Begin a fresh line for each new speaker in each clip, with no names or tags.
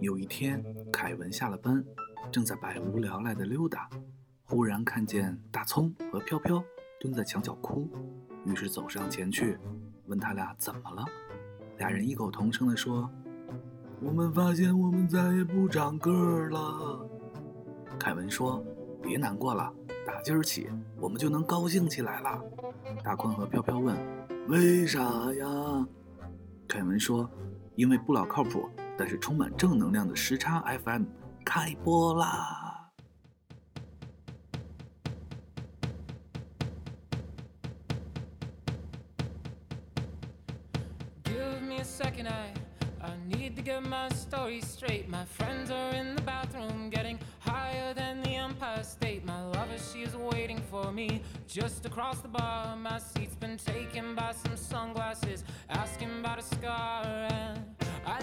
有一天，凯文下了班，正在百无聊赖的溜达，忽然看见大葱和飘飘蹲在墙角哭，于是走上前去，问他俩怎么了。俩人异口同声地说：“我们发现我们再也不长个儿了。”凯文说：“别难过了，打今儿起我们就能高兴起来了。”大宽和飘飘问：“为啥呀？”凯文说：“因为不老靠谱，但是充满正能量的时差 FM 开播啦！”
Give me a second, I, I need to get my story straight. My friends are in the bathroom, getting higher than the Empire State. My lover, she is waiting for me just across the bar. My seat's been taken by some sunglasses, asking about a scar. And I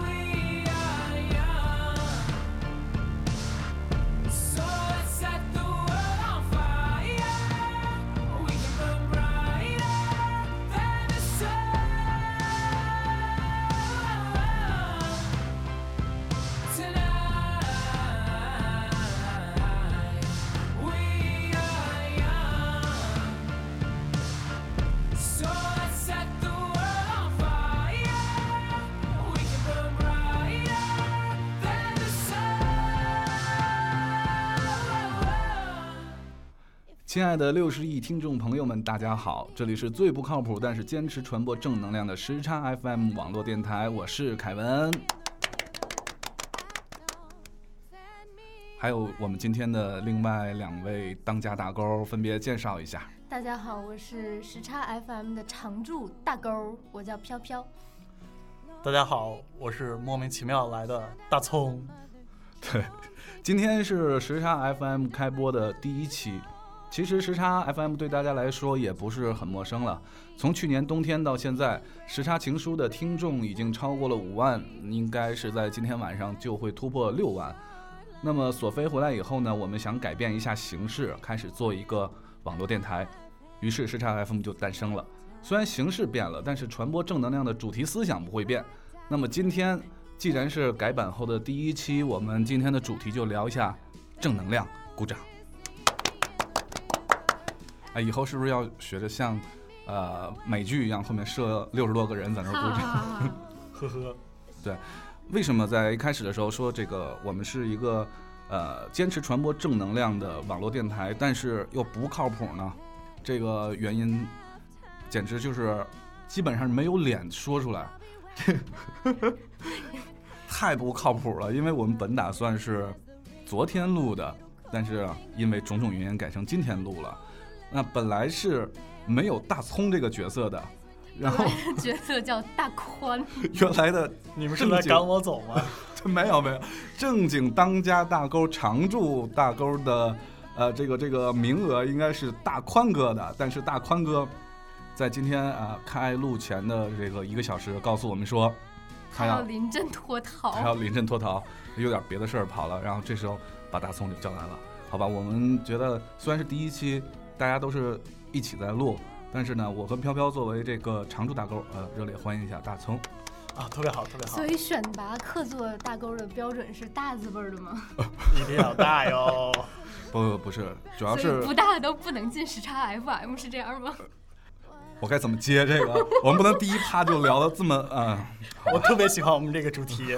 We are young, so let's set the world on fire. We can burn brighter than the sun tonight. We are young, so let's set the world on fire. We can burn brighter than the sun.
亲爱的六十亿听众朋友们，大家好，这里是最不靠谱但是坚持传播正能量的时差 FM 网络电台，我是凯文，还有我们今天的另外两位当家大钩，分别介绍一下。
大家好，我是时差 FM 的常驻大勾儿，我叫飘飘。
大家好，我是莫名其妙来的大葱。
对，今天是时差 FM 开播的第一期。其实时差 FM 对大家来说也不是很陌生了，从去年冬天到现在，时差情书的听众已经超过了五万，应该是在今天晚上就会突破六万。那么索菲回来以后呢，我们想改变一下形式，开始做一个网络电台，于是时差 FM 就诞生了。虽然形式变了，但是传播正能量的主题思想不会变。那么今天既然是改版后的第一期，我们今天的主题就聊一下正能量，鼓掌。哎，以后是不是要学着像呃美剧一样，后面设六十多个人在那儿鼓掌？
呵 呵，
为什么在一开始的时候说这个我们是一个呃坚持传播正能量的网络电台，但是又不靠谱呢？这个原因简直就是基本上没有脸说出来，太不靠谱了。因为我们本打算是昨天录的，但是因为种种原因改成今天录了。那本来是没有大葱这个角色的，然后
角色叫大宽，
原来的
你们是来赶我走 吗？
没有没有，正经当家大钩常驻大钩的，呃，这个这个名额应该是大宽哥的，但是大宽哥在今天啊、呃开录前的这个一个小时告诉我们说，他
还要
要
临阵脱
他要
逃。
临阵脱逃，有点别的事儿跑了，然后这时候把大葱就叫来了，好吧，我们觉得虽然是第一期，大家都是一起在录。但是呢，我和飘飘作为这个常驻大钩，呃，热烈欢迎一下大葱。
啊，特别好，特别好
所，以选拔客座大勾儿的标准是大字辈儿的吗？
一定要大 哟。
不不不是，主要
所
是呃
以不大都不能进时差 FM 是这样吗？
我该怎么接这个？我们不能第一趴就聊的这么嗯，
我特别喜欢我们这个主题，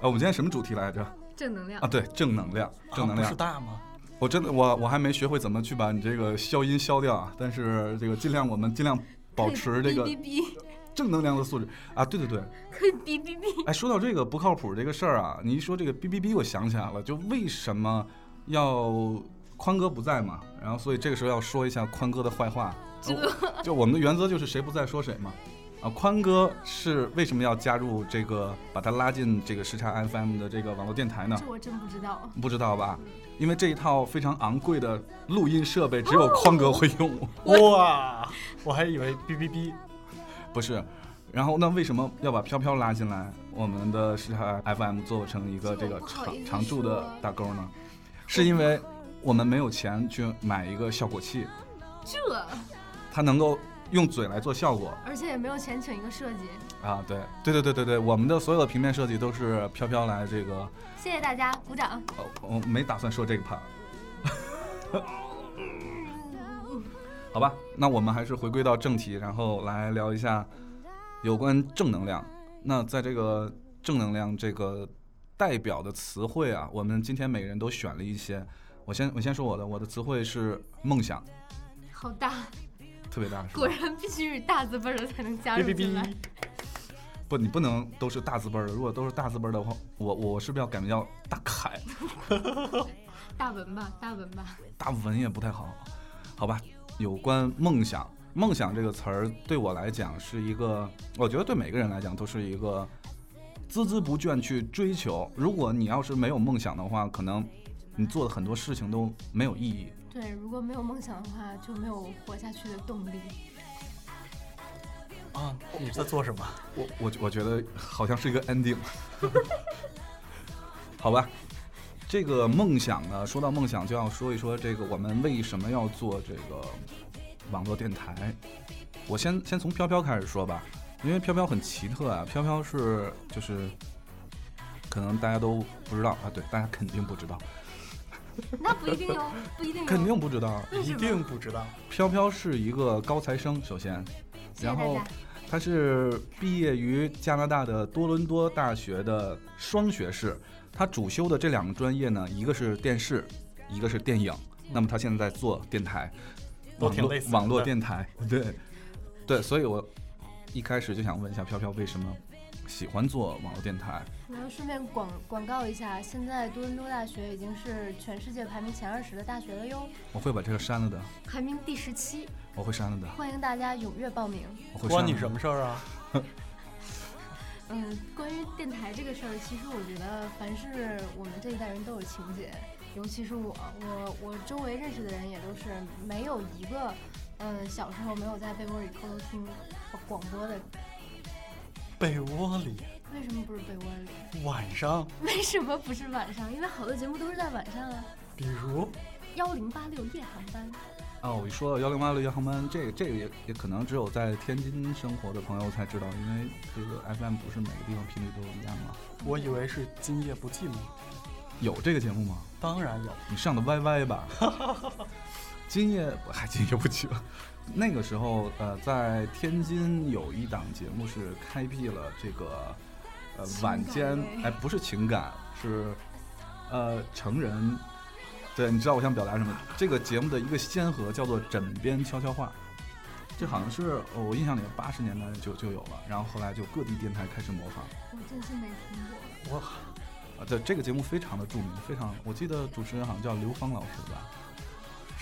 呃，我们今天什么主题来着？
正能量
啊，，对，正能量，正能
啊不
量
是。大吗？
我真的，我我还没学会怎么去把你这个消音消掉啊。但是这个尽量，我们尽量保持这个
可以哔哔哔，
正能量的素质啊。对对对，
可以哔哔哔。
哎，说到这个不靠谱这个事儿啊，你一说这个哔哔哔，我想起来了，就为什么要宽哥不在嘛？然后所以这个时候要说一下宽哥的坏话。就就我们的原则就是谁不在说谁嘛。啊，宽哥是为什么要加入这个，把他拉进这个时差 FM 的这个网络电台呢
这？我真不知道。
不知道吧？因为这一套非常昂贵的录音设备只有宽哥会用，
哇，我还以为哔哔哔，
不是。然后那为什么要把飘飘拉进来，我们的时差 FM 做成一个这个
这个不好意
常常
思
驻的
说
大钩呢？是因为我们没有钱去买一个效果器，
这，
它能够用嘴来做效果。
而且也没有钱请一个设计。
啊，对，对对对对对，我们的所有的平面设计都是飘飘来这个，
谢谢大家，鼓掌。
呃，我没打算说这个 part，好吧，那我们还是回归到正题，然后来聊一下有关正能量。那在这个正能量这个代表的词汇啊，我们今天每个人都选了一些。我先我先说我的，我的词汇是梦想，
好大，
特别大，是吧
果？然必须是大字辈儿的才能加
哔
入
哔
进来。
哔，
不，你不能都是大字辈儿的。如果都是大字辈儿的话，我我是不是要改名叫大凯？
大文吧，大文吧。
大部分也不太好，好吧。有关梦想，梦想这个词儿对我来讲是一个，我觉得对每个人来讲都是一个孜孜不倦去追求。如果你要是没有梦想的话，可能你做的很多事情都没有意义。
对，如果没有梦想的话，就没有活下去的动力。
啊，你在做什么？
我我我觉得好像是一个 ending，好吧。这个梦想呢，说到梦想就要说一说这个我们为什么要做这个网络电台。我先先从飘飘开始说吧，因为飘飘很奇特啊，飘飘是就是可能大家都不知道啊，对，大家肯定不知道，
那不一定哟，不一定哟。
肯定不知道。
为什
一
么
定不知道。
飘飘是一个高材生，首先，
谢谢
然
大
后
家
他是毕业于加拿大的多伦多大学的双学士，他主修的这两个专业呢，一个是电视，一个是电影。那么他现在在做电台，
都
网
挺
络
类似的
网络电台，对，对，所以我一开始就想问一下飘飘为什么喜欢做网络电台？
然后顺便广广告一下，现在多伦多大学已经是全世界排名前二十的大学了哟，
我会把这个删了的，
排名第十七，
我会删了的，
欢迎大家踊跃报名。
我会删了的。
关你什么事儿啊？
嗯，关于电台这个事儿，其实我觉得凡是我们这一代人都有情节，尤其是我，我我周围认识的人也都是没有一个，嗯，小时候没有在被窝里偷偷听广播的，
被窝里，
为什么不是被窝里？
晚上，
为什么不是晚上？因为好多节目都是在晚上啊。
比如
幺零八六夜航班，
啊，我一说到幺零八六幺航班，这个这个也也可能只有在天津生活的朋友才知道，因为这个 FM 不是每个地方频率都一样嘛。
我以为是今夜不寂寞，
有这个节目吗？
当然有。
你上的 YY 吧。今夜还今夜不寂寞。那个时候，呃，在天津有一档节目是开辟了这个，呃，
情感
晚间
类，
哎，不是情感，是，呃，成人。对，你知道我想表达什么？这个节目的一个先河叫做“枕边悄悄话”，这好像是、呃我印象里八十年代就就有了，然后后来就各地电台开始模仿。
我真是没听过。
我
啊，对，这个节目非常的著名，非常，我记得主持人好像叫刘芳老师吧，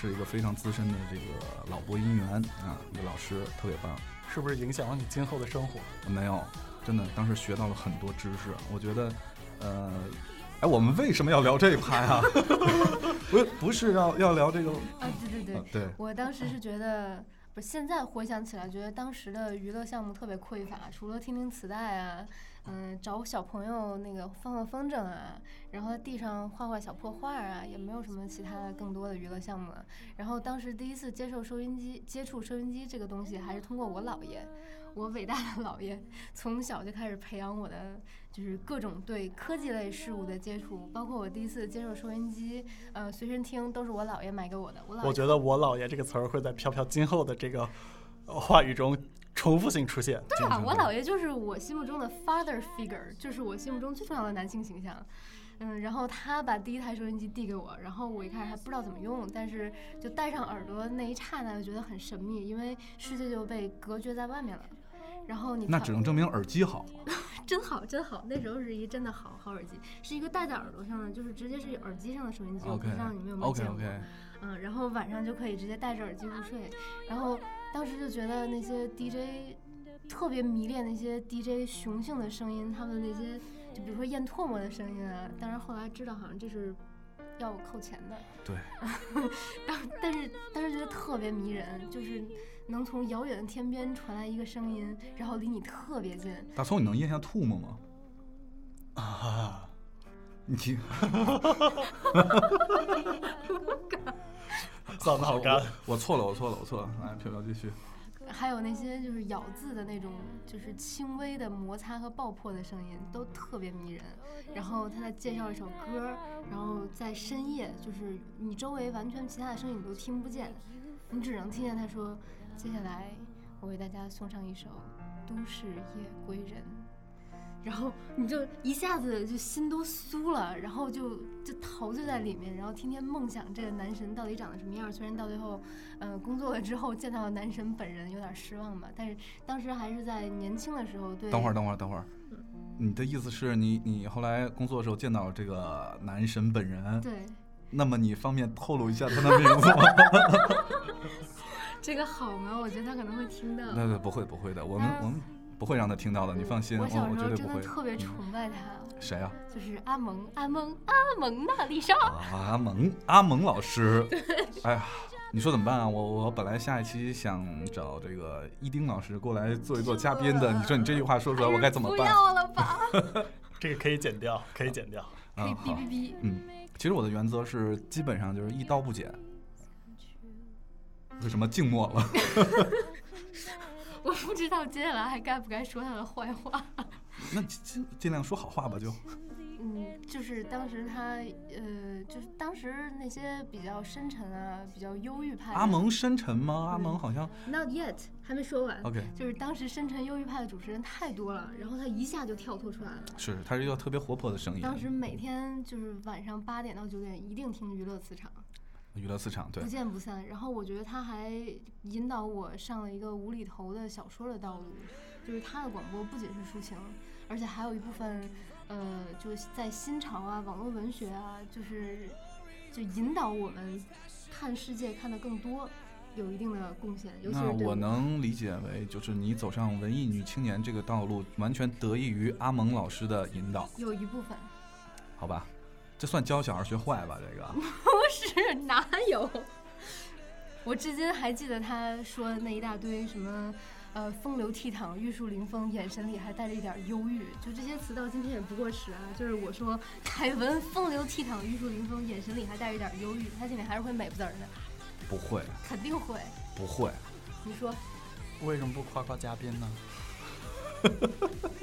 是一个非常资深的这个老播音员啊，一个老师特别棒。
是不是影响了你今后的生活？
没有，真的，当时学到了很多知识。我觉得，呃，哎，我们为什么要聊这一趴呀？ 不，不是要要聊这个，
啊，对对对，
啊、对，
我当时是觉得，不是现在回想起来，觉得当时的娱乐项目特别匮乏，除了听听磁带啊，嗯，找小朋友那个放放风筝啊，然后在地上画画小破画儿啊，也没有什么其他的更多的娱乐项目了。然后当时第一次接受收音机，接触收音机这个东西，还是通过我姥爷。我伟大的姥爷从小就开始培养我的，就是各种对科技类事物的接触，包括我第一次接受收音机，呃，随身听都是我姥爷买给我的。我姥爷
我觉得“我姥爷”这个词儿会在飘飘今后的这个呃话语中重复性出现。
对啊，
经常
我
会
姥爷就是我心目中的 father figure，就是我心目中最重要的男性形象。嗯，然后他把第一台收音机递给我，然后我一开始还不知道怎么用，但是就戴上耳朵那一刹那就觉得很神秘，因为世界就被隔绝在外面了。然后你
那
看
只能证明耳机好。
真好，真好，那时候是一真的好好耳机，是一个戴在耳朵上的，就是直接是耳机上的收音机。我不
OK
知道你们有没有
OK
见过。
OK，
嗯，然后晚上就可以直接戴着耳机入睡，然后当时就觉得那些 DJ 特别迷恋那些 DJ 雄性的声音，他们那些就比如说咽唾沫的声音啊。但是后来知道好像这是要扣钱的，
对，
当但是当时觉得特别迷人，就是能从遥远的天边传来一个声音，然后离你特别近。
大葱，你能咽下吐沫吗？
啊，
你听，
嗓子好干。
我错了，我错了，我错了。哎，飘飘继续。
还有那些就是咬字的那种，就是轻微的摩擦和爆破的声音，都特别迷人。然后他在介绍一首歌，然后在深夜，就是你周围完全其他的声音你都听不见，你只能听见他说：“接下来我为大家送上一首《都市夜归人》。”然后你就一下子就心都酥了，然后就就陶醉在里面，然后天天梦想这个男神到底长得什么样。虽然到最后，呃，工作了之后见到男神本人有点失望吧，但是当时还是在年轻的时候对。
等会儿，等会儿，等会儿。你的意思是你你后来工作的时候见到这个男神本人，
对，
那么你方便透露一下他的名 字吗？
这个好吗？我觉得他可能会听到。
对对，不会不会的，我们我们不会让他听到的，你放心，我
我小时
绝
候
对
真
不
的
会。嗯
特别崇拜他，
谁啊？
就是阿蒙，阿蒙，阿蒙娜丽莎。
啊阿蒙阿蒙老师，哎呀，你说怎么办啊？我我本来下一期想找这个一丁老师过来做一做嘉宾 的，你说你这句话说出来，我该怎么
不
办？
要了吧？
这个可以剪掉，可以剪掉。
可以
啊，
哔
好
哔，哔。
嗯，其实我的原则是基本上就是一刀不剪。为什么静默了？
我不知道接下来还该不该说他的坏话。
那尽尽量说好话吧，就
嗯，就是当时他，呃，就是当时那些比较深沉啊，比较忧郁派的。
阿蒙深沉吗？阿蒙好像
？Not yet，还没说完。
OK，
就是当时深沉忧郁派的主持人太多了，然后他一下就跳脱出来了。
是他是一个特别活泼的声音。
当时每天就是晚上八点到九点一定听娱乐磁场，
娱乐磁场对
不，见不散。然后我觉得他还引导我上了一个无厘头的小说的道路，就是他的广播不仅是抒情，而且还有一部分，呃，就是在新潮啊、网络文学啊，就是就引导我们看世界看得更多，有一定的贡献。尤其
那
是对
我能理解为就是你走上文艺女青年这个道路，完全得益于阿蒙老师的引导，
有一部分，
好吧？这算教小孩学坏吧？ 这个
不是哪有？我至今还记得他说的那一大堆什么，呃，风流倜傥、玉树临风，眼神里还带着一点忧郁，就这些词到今天也不过时啊。就是我说凯文风流倜傥、玉树临风，眼神里还带着一点忧郁，他心里还是会美不滋儿的，
不会，
肯定会。
不会，
你说
为什么不夸夸嘉宾呢？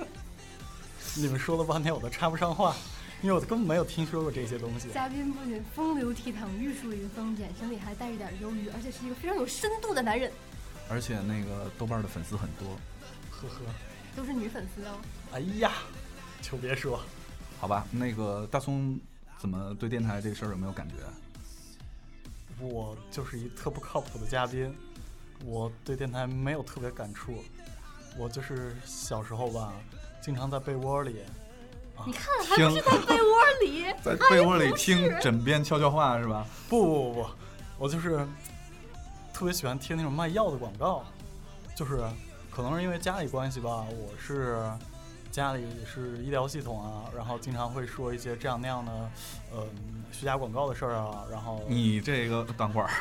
你们说了半天，我都插不上话，因为我根本没有听说过这些东西。
嘉宾不仅风流倜傥、玉树临风，眼神里还带着点忧郁，而且是一个非常有深度的男人，
而且那个豆瓣的粉丝很多，
呵呵，
都是女粉丝哦。
哎呀，就别说，
好吧？那个大葱怎么对电台这个事儿有没有感觉？
我就是一特不靠谱的嘉宾，我对电台没有特别感触。我就是小时候吧，经常在被窝里，
你看，还
听
不是 在被窝里？
在被窝里听枕边悄悄话是吧？
不不不不，我就是特别喜欢贴那种卖药的广告，就是可能是因为家里关系吧，我是家里是医疗系统啊，然后经常会说一些这样那样的，嗯、虚假广告的事儿啊，然后
你这个等会儿，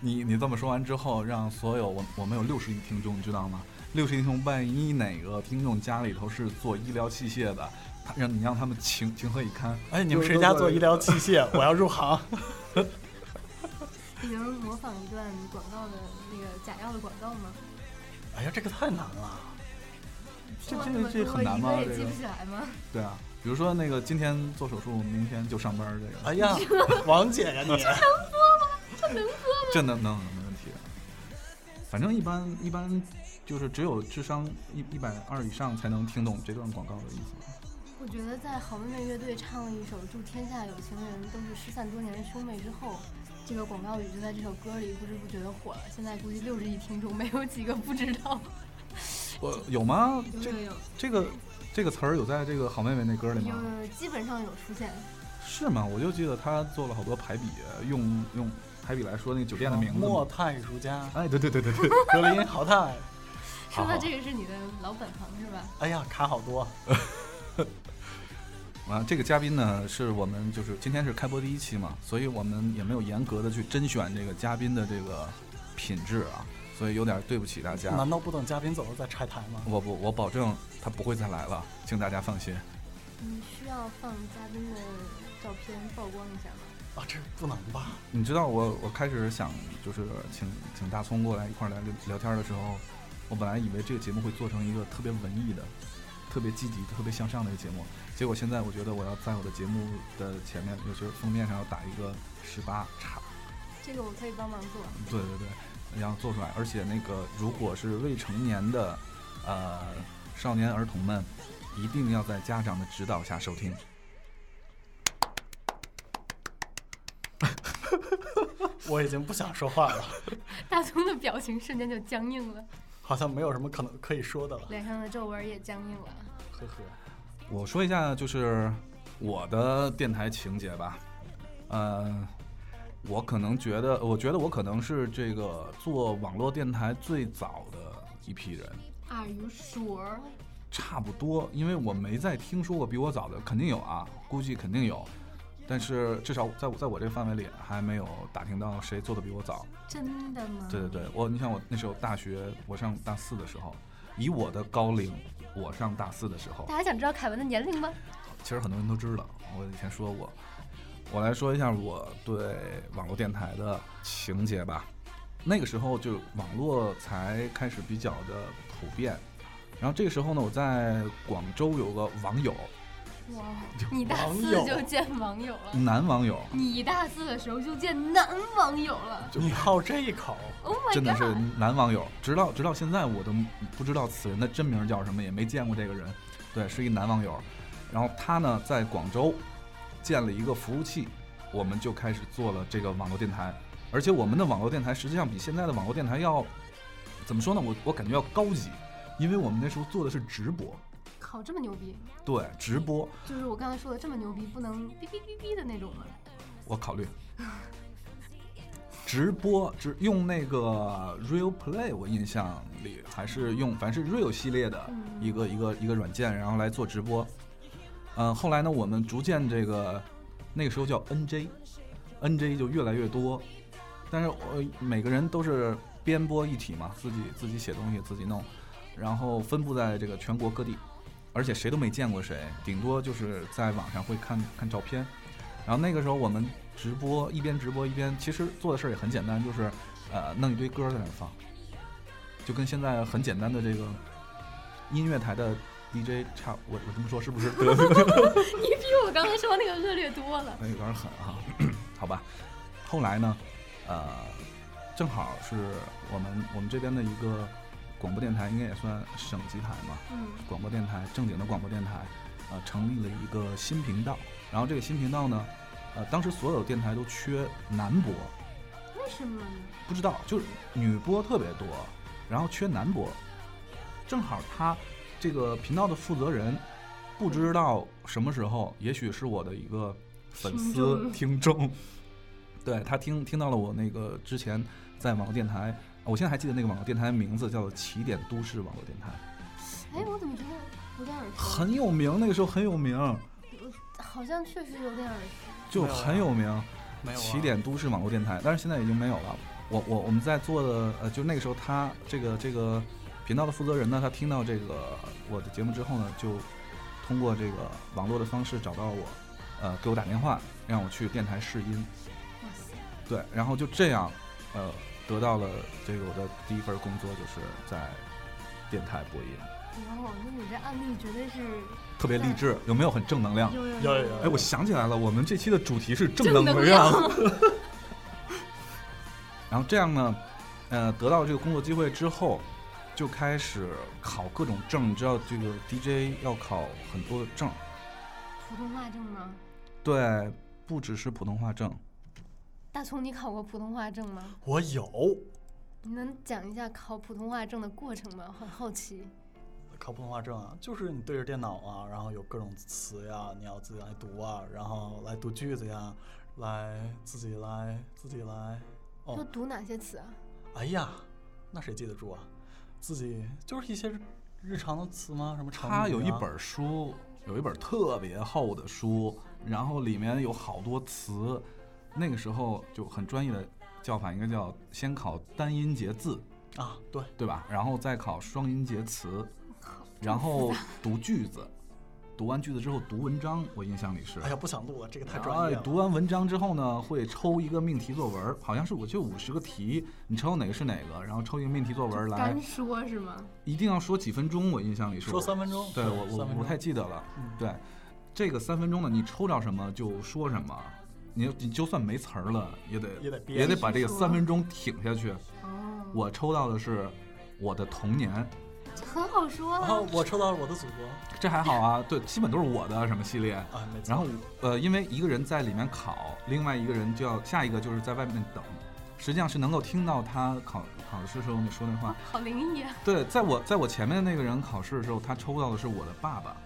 你你这么说完之后，让所有我我们有六十亿听众，你知道吗？六十亿听众，万一哪个听众家里头是做医疗器械的，他让你让他们情情何以堪？
哎，你们谁家做医疗器械？我要入行。
你能模仿一段广告的那个假药的广告吗？
哎呀，这个太难了。
这
听了
这
么
这
多
很难吗
一个
这
也记
个
不起来吗？
对啊，比如说那个今天做手术，明天就上班儿，这个
哎呀，王 姐呀你，
真的能没问题。反正一般一般就是只有智商一一百二以上才能听懂这段广告的意思。
我觉得在好妹妹乐队唱了一首《祝天下有情人都是失散多年的兄妹》之后，这个广告语就在这首歌里不知不觉的火了。现在估计六十亿听众没有几个不知道。
我有吗？
有
这
有有
这个这个词儿有在这个好妹妹那歌里吗？
有有，基本上有出现。
是吗？我就记得他做了好多排比，用用排比来说那个酒店的名字
莫
嘛。
泰如家，
哎，对对对对对，
格林豪泰，
好
说到这个是你的老本行是吧？
哎呀，卡好多，
啊，这个嘉宾呢，是我们就是今天是开播第一期嘛，所以我们也没有严格的去甄选这个嘉宾的这个品质啊，所以有点对不起大家。
难道不等嘉宾走了再拆台吗？
我不，我保证他不会再来了，请大家放心。
你嗯需要放嘉宾的照片曝光一下吗？
啊，这不能吧？
你知道我我开始想就是请请大葱过来一块儿来聊聊天的时候，我本来以为这个节目会做成一个特别文艺的、特别积极、特别向上的一个节目，结果现在我觉得我要在我的节目的前面，就是封面上要打一个十八叉。
这个我可以帮忙做。
对对对，然后做出来，而且那个如果是未成年的，呃，少年儿童们，一定要在家长的指导下收听。
我已经不想说话了，
大葱的表情瞬间就僵硬了，
好像没有什么可能可以说的了。
脸上的皱纹也僵硬了。
呵呵，
我说一下就是我的电台情节吧，呃，我可能觉得，我觉得我可能是这个做网络电台最早的一批人，
Are you sure？
差不多，因为我没再听说过比我早的，肯定有啊，估计肯定有，但是至少在我在我这个范围里还没有打听到谁做的比我早。
真的吗？
对对对，我你像我那时候大学，我上大四的时候，以我的高龄，我上大四的时候，
大家想知道凯文的年龄吗？
其实很多人都知道，我以前说过。我来说一下我对网络电台的情节吧。那个时候就网络才开始比较的普遍，然后这个时候呢，我在广州有个网友，
哇，你大
网
四
友
就见网友了，
男网友，
你大四的时候就见男网友了。
你好这一口，
Oh my god！
真的是男网友，直到直到现在我都不知道此人的真名叫什么，也没见过这个人。对，是一男网友。然后他呢在广州建了一个服务器，我们就开始做了这个网络电台。而且我们的网络电台实际上比现在的网络电台要怎么说呢？我我感觉要高级，因为我们那时候做的是直播，
靠，这么牛逼，
对，直播。
就是我刚才说的这么牛逼，不能哔哔哔哔的那种吗？
我考虑。直播只用那个 Real Play，我印象里还是用凡是 Real 系列的一个一个一个软件，然后来做直播。嗯、后来呢，我们逐渐这个那个时候叫 NJ，NJ 就越来越多，但是我每个人都是编播一体嘛，自己自己写东西自己弄，然后分布在这个全国各地，而且谁都没见过谁，顶多就是在网上会看看照片。然后那个时候我们直播，一边直播一边，其实做的事儿也很简单，就是呃弄一堆歌在那儿放，就跟现在很简单的这个音乐台的 DJ 差，我我这么说是不是得罪了？
你比我刚才说那个恶劣多了。
哎，有点狠啊， 好吧。后来呢，呃，正好是我们我们这边的一个广播电台，应该也算省级台嘛，
嗯，
广播电台，正经的广播电台，呃，成立了一个新频道。然后这个新频道呢，呃，当时所有电台都缺男播，
为什么呢？
不知道就是女播特别多，然后缺男播。正好他这个频道的负责人不知道什么时候，也许是我的一个粉丝听众，对他听听到了我那个之前在网络电台，我现在还记得那个网络电台名字叫做起点都市网络电台。
哎，我怎么觉得有点耳熟？
很有名，那个时候很有名，
好像确实有点耳熟。
就很有名。
没有、啊、
起点都市网络电台，但是现在已经没有了。我我我们在做的，呃，就那个时候他这个这个频道的负责人呢，他听到这个我的节目之后呢，就通过这个网络的方式找到我，呃，给我打电话，让我去电台试音。
哇塞，
对，然后就这样，呃，得到了这个我的第一份工作，就是在电台播音，
哇，那你这案例绝对是
特别励志，有没有很正能量？
有有
有有有
哎，我想起来了，我们这期的主题是正
正
能
能
量。 然后这样呢，呃，得到这个工作机会之后，就开始考各种证。你知道这个 DJ 要考很多的证，
普通话证吗？
对，不只是普通话证。
大葱，你考过普通话证吗？
我有
你能讲一下考普通话证的过程吗？很好奇。
考普通话证啊，就是你对着电脑啊，然后有各种词呀，你要自己来读啊，然后来读句子呀，来自己来自己来。
都
哦，
读哪些词啊？
哎呀，那谁记得住啊？自己就是一些日日常的词吗？什么成语、啊？
他有一本书，有一本特别厚的书，然后里面有好多词，那个时候就很专业的叫法，应该叫先考单音节字，
啊，对，
对吧？然后再考双音节词，然后读句子，读完句子之后读文章，我印象里是。
哎呀，不想录了，这个太
然后
专业了。
读完文章之后呢，会抽一个命题作文儿，好像是我就五十个题，你抽哪个是哪个，然后抽一个命题作文儿来
干，说是吗？
一定要说几分钟。我印象里是
说
我
三分钟，
对我
三
我
分
不
钟
太记得了。
嗯
对，这个三分钟呢，你抽着什么就说什么，你你就算没词儿了，也得
也得憋
也得
着
把这个
说
啊
三分钟挺下去。
哦，
我抽到的是我的童年，
很好说
然
啊
哦
后。我抽到了我的祖国
这还好啊，对，基本都是我的什么系列。
啊，没错。
然后呃，因为一个人在里面考，另外一个人就要下一个就是在外面等，实际上是能够听到他考考试时候你说那话。
好灵异啊！
对，在我在我前面的那个人考试的时候，他抽到的是我的爸爸，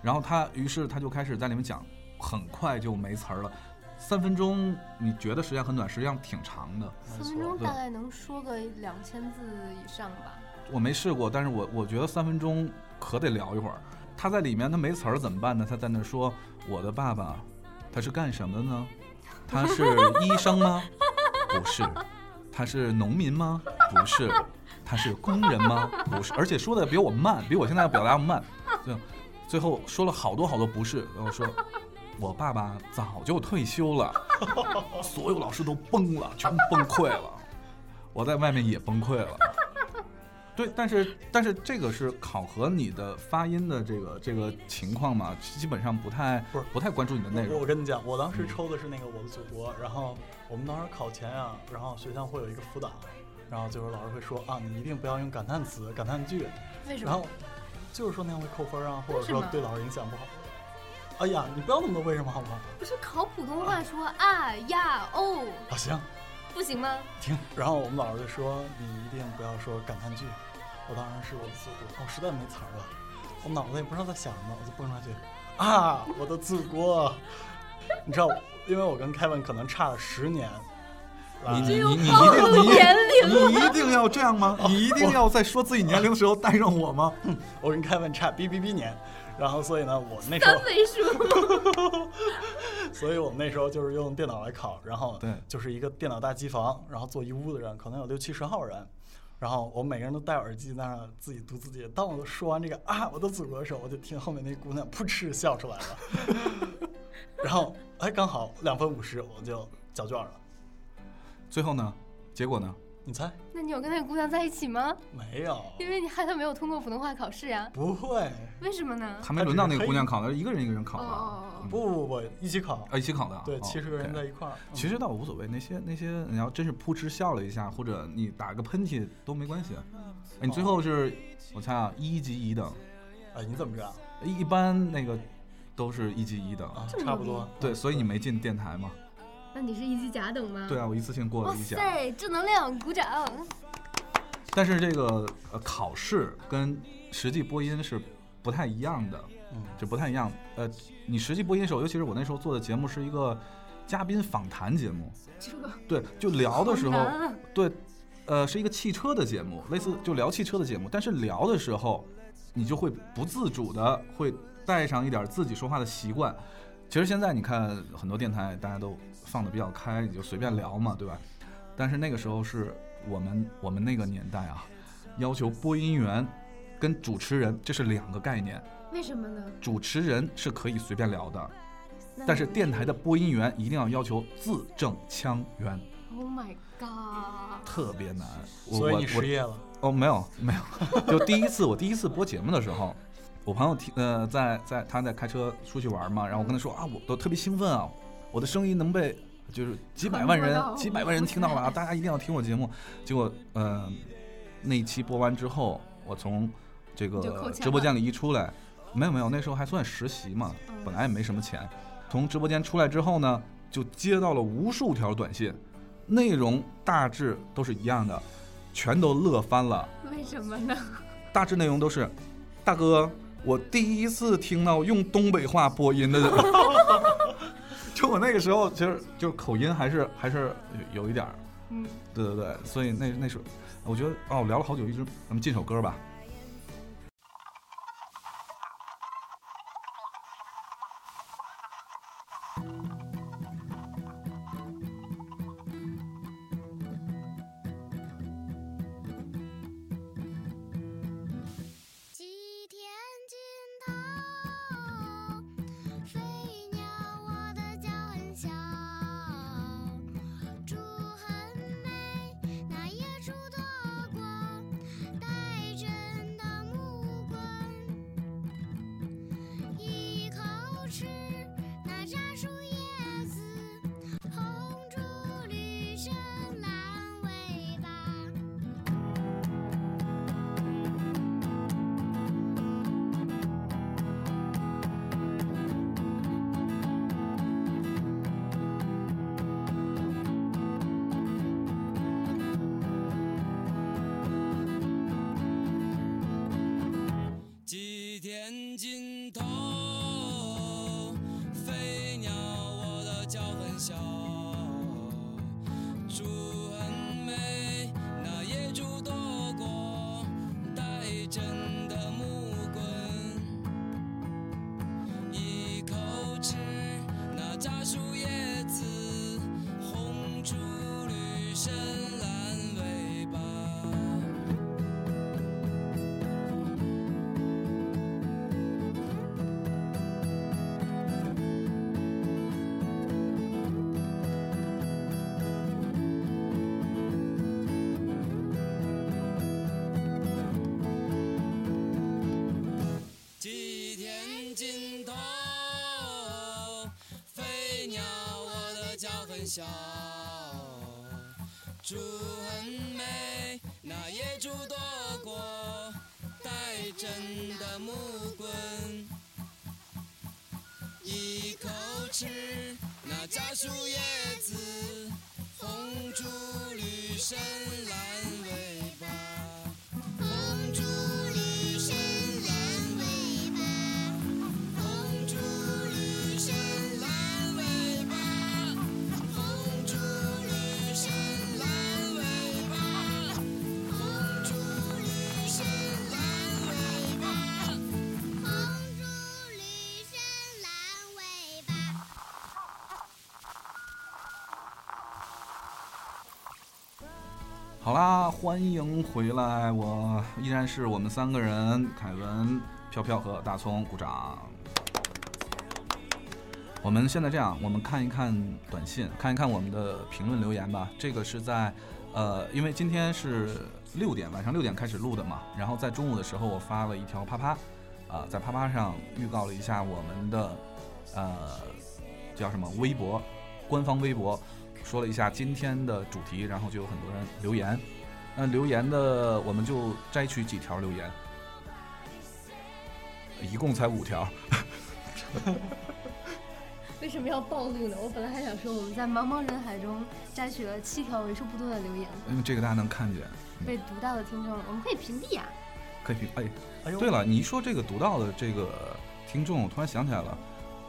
然后他于是他就开始在里面讲，很快就没词儿了。三分钟你觉得时间很短，实际上挺长的。
没
三分
错
钟大概能说个两千字以上吧。
我没试过，但是我我觉得三分钟可得聊一会儿。他在里面他没词儿怎么办呢？他在那说我的爸爸，他是干什么的呢？他是医生 吗？不是。他是农民吗？不是。他是工人吗？不是。而且说的比我慢，比我现在表达要慢。最后最后说了好多好多不是，然后说。我爸爸早就退休 了，所有老师都崩了，全崩溃了，我在外面也崩溃了。对，但是但是这个是考核你的发音的这个这个情况嘛，基本上不太
不是
太关注你的内
我
容
我。跟你讲，我当时抽的是那个《我的祖国》，然后我们当时考前啊，然后学校会有一个辅导，然后就是老师会说啊，你一定不要用感叹词、感叹句，
为什
然
么
后？就是说那样会扣分啊，或者
为什
说
么
对老师影响不好。哎呀，你不要那么多为什么好不好？
不是考普通话说啊呀哦，
啊行，
不行吗？
停。 然后我们老师就说你一定不要说感叹句。我当时是我的祖国，我哦实在没词儿了，我脑子也不知道在想什么，我就蹦上去啊，我的祖国。你知道，因为我跟 Kevin 可能差了十年，
你
来
你你你一定你
年
你一定要这样吗？你一定要在说自己年龄的时候带上我吗？
我跟 Kevin 差 B B B 年，然后所以呢，我那时候，
位数，
所以我们那时候就是用电脑来考，然后
对
就是一个电脑大机房，然后坐一屋子人，可能有六七十号人，然后我们每个人都戴耳机在那儿自己读自己。当我说完这个啊，我的祖国的时候，我就听后面那姑娘噗嗤笑出来了， 然后哎，刚好两分五十，我就交卷了。
最后呢？结果呢？
你猜？
那你有跟那个姑娘在一起吗？
没有，
因为你害她没有通过普通话考试呀、
不会，
为什么呢？
还没轮到那个姑娘考的，一个人一个人考的，
哦
嗯
不不不，一起考。
啊，一起考的啊。
对，
哦
七十个人
OK
在一块儿。嗯
其实倒无所谓，那些那些你要真是扑哧笑了一下，或者你打个喷嚏都没关系。哎，你最后是，我猜啊，一级一等，
哎，你怎么知道？
一一般那个都是一级一等。
啊，
这么
差不
牛
多。
对，所以你没进电台嘛？
那你是一级甲等吗？
对，啊，我一次性过
哇
了一甲。
塞，正能量，鼓掌！
但是这个呃考试跟实际播音是不太一样的，
嗯
就不太一样。呃，你实际播音的时候，尤其是我那时候做的节目是一个嘉宾访谈节目，
这个
对，就聊的时候
好，难啊
对，呃，是一个汽车的节目，类似就聊汽车的节目，但是聊的时候，你就会不自主的会带上一点自己说话的习惯。其实现在你看很多电台，大家都放的比较开，你就随便聊嘛，对吧？但是那个时候是我们我们那个年代啊，要求播音员跟主持人这是两个概念，
为什么呢？
主持人是可以随便聊的，
那
但是电台的播音员一定要要求字正腔圆，
，Oh my God，
特别难。我
所以
我
你
我
失业了。
哦，没有没有，就第一次我第一次播节目的时候，我朋友听呃在在他在开车出去玩嘛，然后我跟他说啊，我都特别兴奋啊，我的声音能被就是几百万
传播
人
到
几百万人听到了啊，大家一定要听我节目。结果呃那一期播完之后，我从这
你就扣
个
钱
直播间里一出来，没有没有，那时候还算实习嘛，本来也没什么钱。从直播间出来之后呢，就接到了无数条短信，内容大致都是一样的，全都乐翻了。
为什么呢？
大致内容都是：大哥，我第一次听到用东北话播音的人。 就我那个时候，其实就是口音还是还是有有一点儿，
嗯，
对对对，所以那那是我觉得哦，聊了好久，一直咱们进首歌吧。
西天尽头，飞鸟我的脚很小，竹很美，那野猪躲过，带针的木棍，一口吃那楂树叶子，红烛绿身蓝尾巴。
西天尽头，飞鸟我的脚很小，竹很美，那野猪躲过，带针的木棍，一口吃那楂树叶子，红烛绿身蓝尾巴。西天尽头，飞鸟我的脚很小，竹很美，那野猪躲过，带针的木棍，一口吃那家树叶子，红竹绿身蓝尾巴，红竹绿身蓝尾巴。红烛绿身蓝尾巴，红烛绿身蓝尾巴，红烛绿身蓝尾巴，红烛绿身蓝尾巴。
好啦，欢迎回来！我依然是我们三个人，凯文、飘飘和大葱，鼓掌。我们现在这样，我们看一看短信，看一看我们的评论留言吧。这个是在，呃，因为今天是六点，晚上六点开始录的嘛，然后在中午的时候我发了一条啪啪，啊、在啪啪上预告了一下我们的，呃，叫什么微博，官方微博，说了一下今天的主题，然后就有很多人留言。那留言的我们就摘取几条留言，呃一共才五条。
为什么要暴露呢？我本来还想说我们在茫茫人海中摘取了七条为数不多的留言，
因嗯为这个大家能看见。
被读到的听众，我们可以屏蔽呀、啊
可以评哎，
哎呦，
对了，你一说这个读到的这个哎听众，我突然想起来了，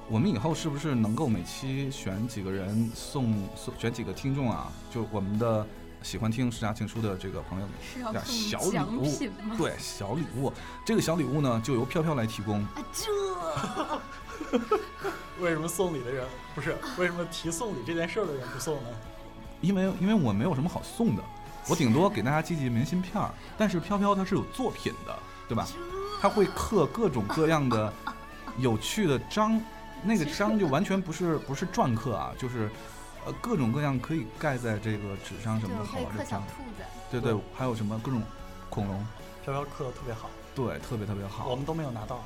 我们以后是不是能够每期选几个人送送选几个听众啊？就我们的喜欢听《时差情书》的这个朋友们，
是要
点小
送
礼
奖
物
品吗？，
对小礼物，这个小礼物呢就由飘飘来提供。
啊，这
为什么送礼的人不是为什么提送礼这件事儿的人不送呢？
因为因为我没有什么好送的，我顶多给大家寄寄明信片儿。但是飘飘它是有作品的，对吧？它会刻各种各样的有趣的章，那个章就完全不是不是篆刻啊，就是呃各种各样可以盖在这个纸上什么的
就
好
可以
玩
刻
的
小
章，
兔子，
对对，还有什么各种恐龙，
飘飘刻的特别好，
对，特别特别
我
好。
们都没有拿到。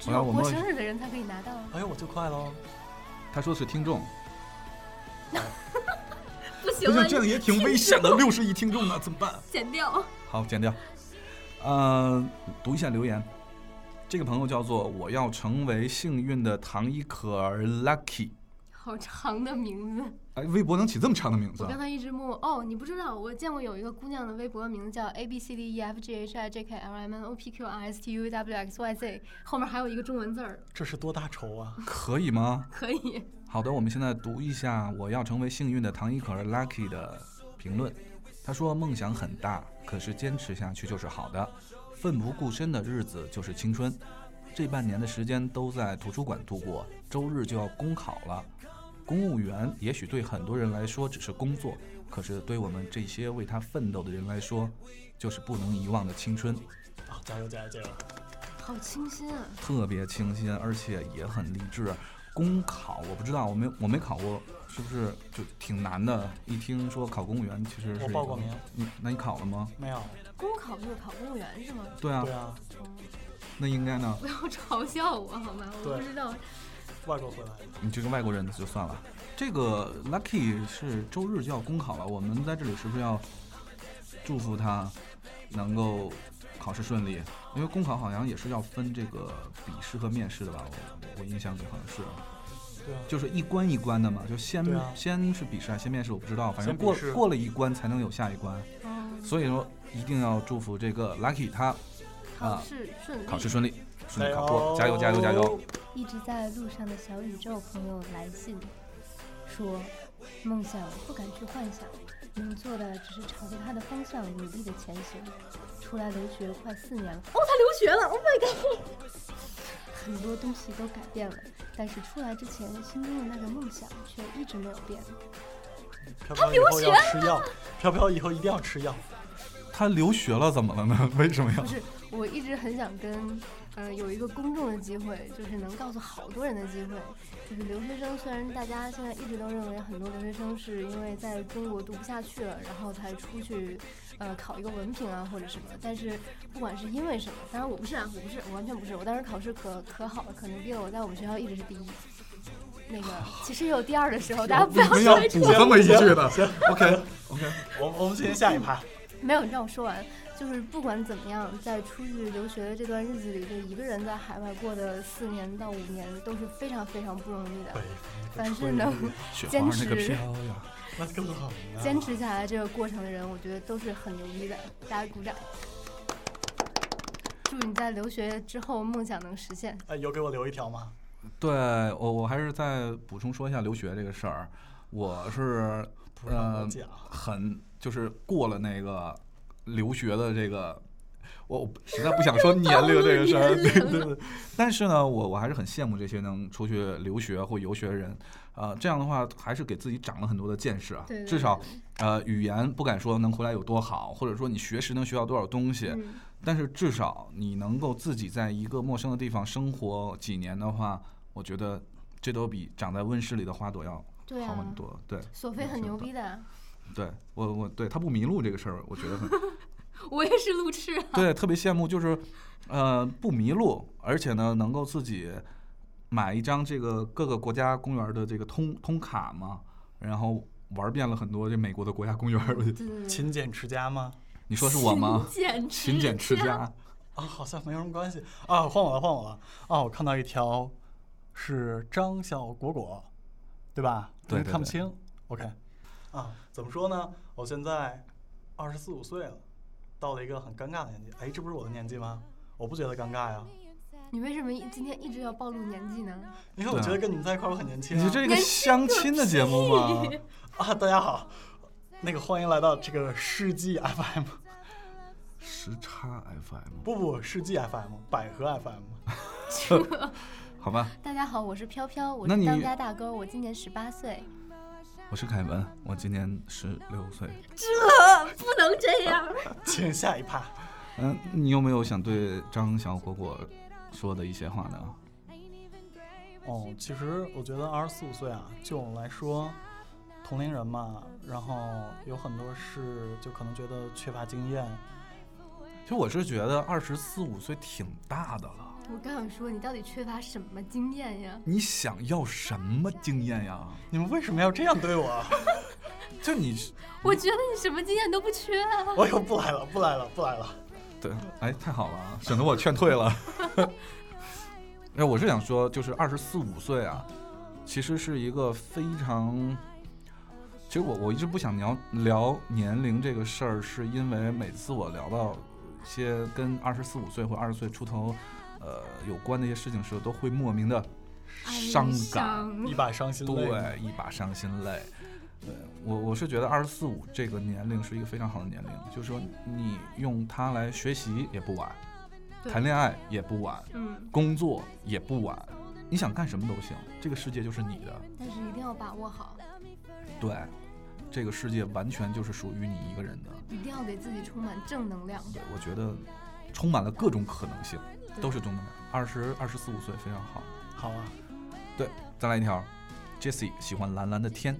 只
后来
有
我
过生
们
日的人才可以拿到。
哎呦，我就快喽！
他说是听众，
不行
不
了
是，这样也挺危险的，六十亿听众呢怎么办？
剪掉。
好，剪掉。呃，读一下留言。这个朋友叫做“我要成为幸运的唐一可儿 Lucky”。
好长的名字，
哎，微博能起这么长的名字
我刚
啊？
才一直默默哦，你不知道，我见过有一个姑娘的微博名字叫 A B C D E F G H I J K L M N O P Q R S T U V W X Y Z，后面还有一个中文字儿，
这是多大仇啊！
可以吗？
可以。
好的，我们现在读一下“我要成为幸运的唐一可儿 Lucky” 的评论，他说：“梦想很大，可是坚持下去就是好的，奋不顾身的日子就是青春。这半年的时间都在图书馆度过，周日就要公考了。公务员也许对很多人来说只是工作，可是对我们这些为他奋斗的人来说，就是不能遗忘的青春。”
啊，加油加油加油！
好清新啊！
特别清新，而且也很励志。公考我不知道，我没我没考过，是不是就挺难的？一听说考公务员，其实是
我报过名
你那你考了吗？
没有，
公考就是考公务员是吗？
对啊，
对啊，
哦
那应该呢。
不要嘲笑我好吗？我不
对
知道，
外国回来的。
你这个外国人的就算了。这个 Lucky 是周日就要公考了，我们在这里是不是要祝福他能够考试顺利？因为公考好像也是要分这个笔试和面试的吧？我我印象里好像是。
对啊，
就是一关一关的嘛，就先、
对啊
先是笔试还是先面试，我不知道，反正
先笔
过
试
过了一关才能有下一关，
哦，
所以说一定要祝福这个 Lucky 他
考
啊
试顺利。
考试顺利，顺利
加
考过，
油
加油加油加油！！
一直在路上的小宇宙朋友来信说，梦想不敢去幻想，能做的只是朝着它的方向努力的前行。出来留学快四年了，哦，他留学了，Oh my god！很多东西都改变了，但是出来之前心中的那个梦想却一直没有变。
飘飘以后要吃药，飘飘以后一定要吃药。
他留学了怎么了呢？ 为什么要
不？是，
嗯
我一直很想跟，呃，有一个公众的机会，就是能告诉好多人的机会，就是留学生。虽然大家现在一直都认为很多留学生是因为在中国读不下去了，然后才出去，呃，考一个文凭啊或者什么，但是不管是因为什么，当然我不是啊，我不是，我完全不是。我当时考试可可好了，可牛逼了，我在我们学校一直是第一。那个其实也有第二的时候，大家不要
啊们要补这么一句的
行
？OK，
我我们进行下一趴。
没有，你让我说完。就是不管怎么样，在出去留学的这段日子里，就一个人在海外过的四年到五年都是非常非常不容易的。凡是能
雪花
坚
那个
持
飘呀，
那更好呢。
坚持下来这个过程的人，我觉得都是很牛逼的。大家鼓掌！祝你在留学之后梦想能实现。
哎，有给我留一条吗？
对我我还是再补充说一下留学这个事儿，我是
不让我
呃
讲。
很就是过了那个留学的这个，我我实在不想 说年龄这个事儿，对对对。但是呢，我我还是很羡慕这些能出去留学或游学的人，呃，这样的话还是给自己长了很多的见识啊
对。对
至少呃，语言不敢说能回来有多好，或者说你学识能学到多少东西，
嗯，
但是至少你能够自己在一个陌生的地方生活几年的话，我觉得这都比长在温室里的花朵要
对
好
啊
很，多。对。
索菲很牛逼的啊。
对我我对他不迷路这个事儿，我觉得 很
我也是路痴。
对，特别羡慕，就是呃不迷路，而且呢能够自己买一张这个各个国家公园的这个通通卡嘛，然后玩遍了很多这美国的国家公园儿。我就
勤俭持家吗？
你说是我吗？
简直
勤俭持家，
啊，好像没什么关系啊，换我了，换我了啊！我看到一条是张小果果，对吧？
对
因为
对
看不
对
清。OK，啊，怎么说呢？我现在二十四五岁了，到了一个很尴尬的年纪。哎，这不是我的年纪吗？我不觉得尴尬呀，
你为什么一今天一直要暴露年纪呢？
因为我
对啊
觉得跟你们在一块儿我很年轻、啊。
你这个相亲的节目吗？
啊，大家好，那个欢迎来到这个世纪 FM，
时差 FM，
不不，世纪 FM，百合 FM。
好吧，
大家好，我是飘飘，我
那
是
你
当家大哥，我今年十八岁。
我是凯文，我今年十六岁。
不能这样。
请下一趴。
嗯，你有没有想对张小果果说的一些话呢？
哦，其实我觉得二十四五岁啊，就我来说，同龄人嘛，然后有很多事就可能觉得缺乏经验。
其实我是觉得二十四五岁挺大的了，
我刚想说，你到底缺乏什么经验呀？
你想要什么经验呀？
你们为什么要这样对我？啊
就你
我觉得你什么经验都不缺啊。
我以后不来了，不来了，不来了。
对，哎，太好了啊，省得我劝退了。 哎，我是想说，就是二十四五岁啊，其实是一个非常……其实我我一直不想聊聊年龄这个事儿，是因为每次我聊到一些跟二十四五岁或二十岁出头，呃，有关的一些事情时，候，都会莫名的伤感。
嗯
一把伤心泪。
哎对，一把伤心泪。对我我是觉得二十四五这个年龄是一个非常好的年龄，就是说你用它来学习也不晚，
对
谈恋爱也不晚，
嗯，
工作也不晚，你想干什么都行，这个世界就是你的，
但是一定要把握好，
对，这个世界完全就是属于你一个人的。
一定要给自己充满正能量。
对，我觉得充满了各种可能性，
对
都是正能量。二十二十四五岁非常好。
好啊，
对，再来一条，Jesse 喜欢蓝蓝的天，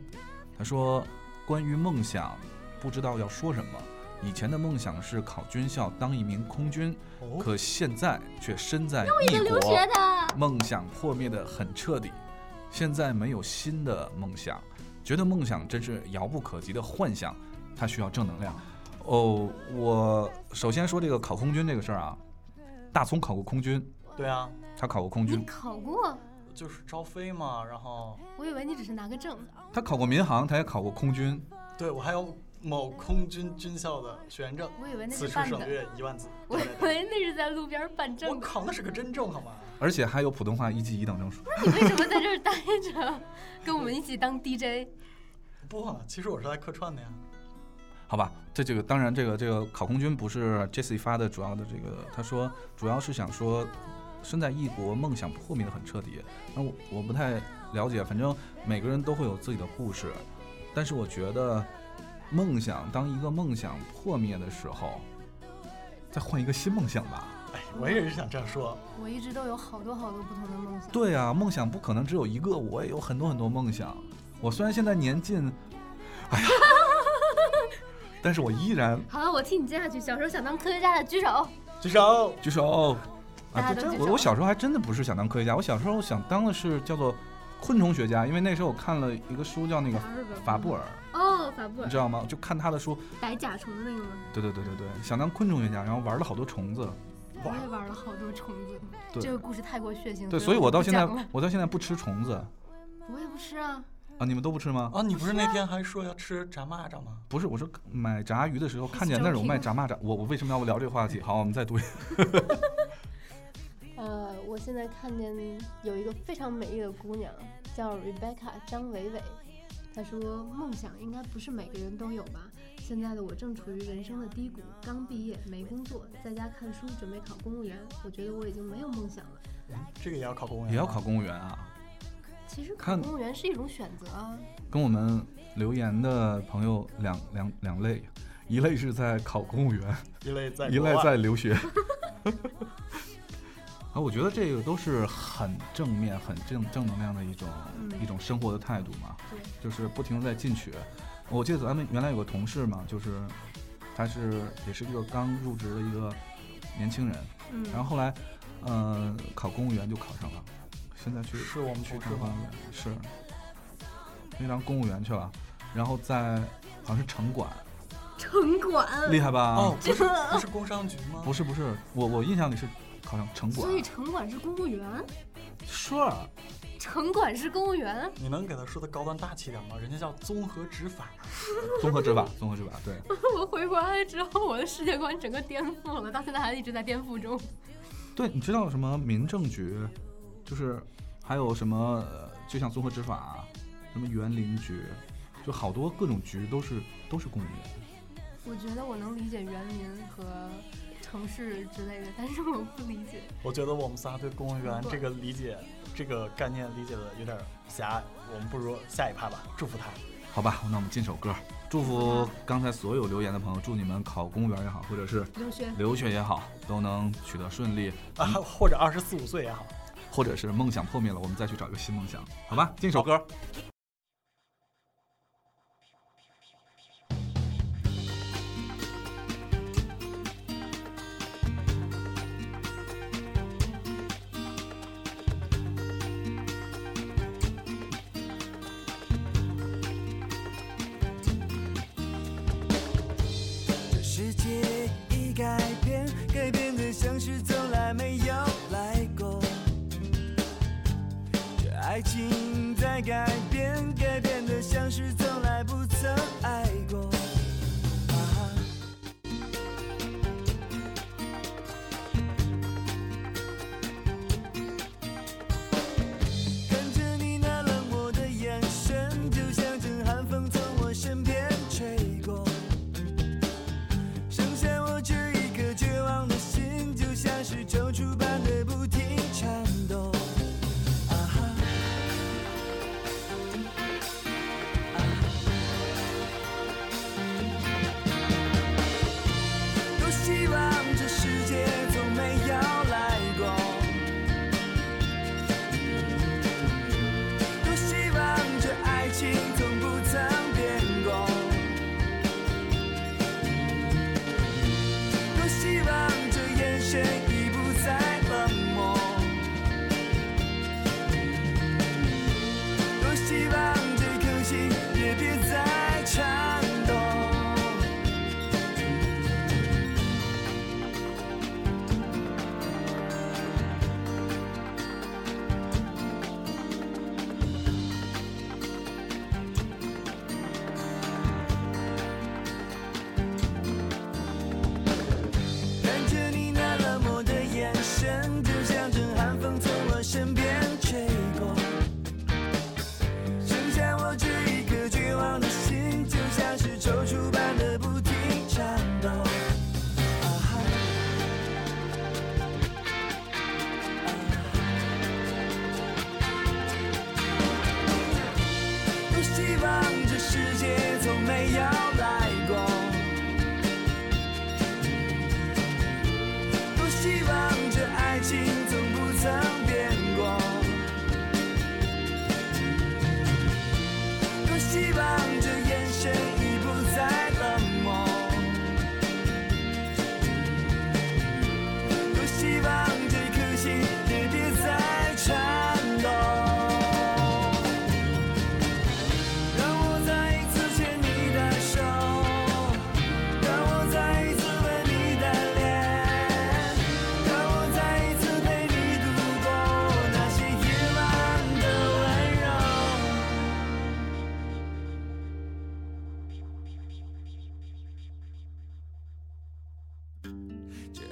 他说关于梦想，不知道要说什么。以前的梦想是考军校当一名空军，
哦，
可现在却身在
一
异
个留
国，
学的，
梦想破灭的很彻底。现在没有新的梦想，觉得梦想真是遥不可及的幻想，它需要正能量。哦，我首先说这个考空军这个事儿啊，大葱考过空军，
对啊，
他考过空
你
军，
考过？
就是招飞嘛，然后
我以为你只是拿个证。
他考过民航，他也考过空军。
对我还有某空军军校的学员证，
我以为那
此
是
时
办
省
的，
略一万字。
我
对
以为那是在路边办
对对我
证的。
靠，那是个真证好吗？
而且还有普通话一级一等证书。
你为什么在这儿待着， 跟我们一起当 DJ？
不啊，其实我是来客串的呀。
好吧，这这个当然，这个这个考空军不是 Jesse 发的主要的这个，他说主要是想说，身在异国，梦想破灭的很彻底。那我呃我不太了解，反正每个人都会有自己的故事，但是我觉得，梦想当一个梦想破灭的时候，再换一个新梦想吧。
哎，我也是想这样说。
我一直都有好多好多不同的梦想。
对啊，梦想不可能只有一个，我也有很多很多梦想。我虽然现在年 近，哎呀，但是我依然
好了，我替你接下去，小时候想当科学家
大家举手。
举手。
举手。
大
啊，
家
这
都
真
举
我
手
我小时候还真的不是想当科学家，我小时候想当的是叫做昆虫学家，因为那时候我看了一个书叫那个法布尔，
哦，法布
你
尔
知道吗？就看他的书，
白甲虫的那个吗？
对对对对对，想当昆虫学家，然后玩了好多虫子，
我也玩了好多虫子，
对
这个故事太过血腥。
对，所以我到
不
现在
讲了
我到现在不吃虫 子
我也不吃啊，
啊，你们都不吃吗？
啊，你不是那天还说要吃炸蚂蚱吗？
不是，我说买炸鱼的时候看见
招
那儿有卖
聘
炸蚂蚱，我我为什么要聊这个话题？好，我们再读一，
呃，我现在看见有一个非常美丽的姑娘，叫 Rebecca 张伟伟。她说：“梦想应该不是每个人都有吧？现在的我正处于人生的低谷，刚毕业没工作，在家看书，准备考公务员。我觉得我已经没有梦想了。
这个也要考公务员？
也要考公务员啊。
其实考
看
公务员是一种选择啊。
跟我们留言的朋友两两两类，一类是在考公务员，
一类在
一
国
类
外
在留 学。啊，我觉得这个都是很正面、很正正能量的一种、
嗯
一种生活的态度嘛，就是不停的在进取。我记得咱们原来有个同事嘛，就是他是也是一个刚入职的一个年轻人，
嗯，
然后后来，呃，考公务员就考上了，现在去
是我们
去
同事
当公务
吗？
员，是，那当公务员去了，然后在好像是城管，
城管，
厉害吧？
哦，不是不是工商局吗？
啊不是不是，我我印象里是好像城管
所，以城管是公务员，
是，啊
城管是公务员，
你能给他说的高端大气点吗？人家叫综合执法。
综合执法，综合执法，对，
嗯
我回国来之后，我的世界观整个颠覆了，到现在还一直在颠覆中。
对，你知道什么民政局，就是还有什么，呃就像综合执法，什么园林局，就好多各种局都是都是公务员。
我觉得我能理解园林和城市之类的，但是我不理解
我觉得我们仨对公务员这个理解、这个概念理解的有点狭隘，我们不如下一趴吧，祝福他。
好吧，那我们进首歌，祝福刚才所有留言的朋友，祝你们考公务员也好，或者是
留学。
留学也好，都能取得顺利，
啊，或者二十四五岁也好。
或者是梦想破灭了，我们再去找一个新梦想，好吧？进首歌。
这世界已改变，改变的像是从来没有来过。这爱情在改变，改变的像是从来不曾爱过。啊。看着你那冷漠的眼神，就像阵寒风从啊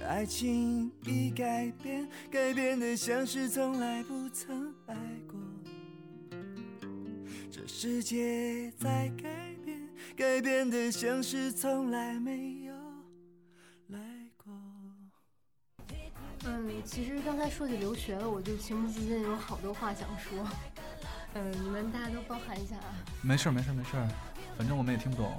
爱情已改变，改变的像是从来不曾爱过。这世界在改变，改变的像是从来没有来过。
嗯，其实刚才说起留学了，我就情不自禁有好多话想说。嗯，你们大家都包涵一下啊。
没事儿没事儿没事儿，反正我们也听不懂。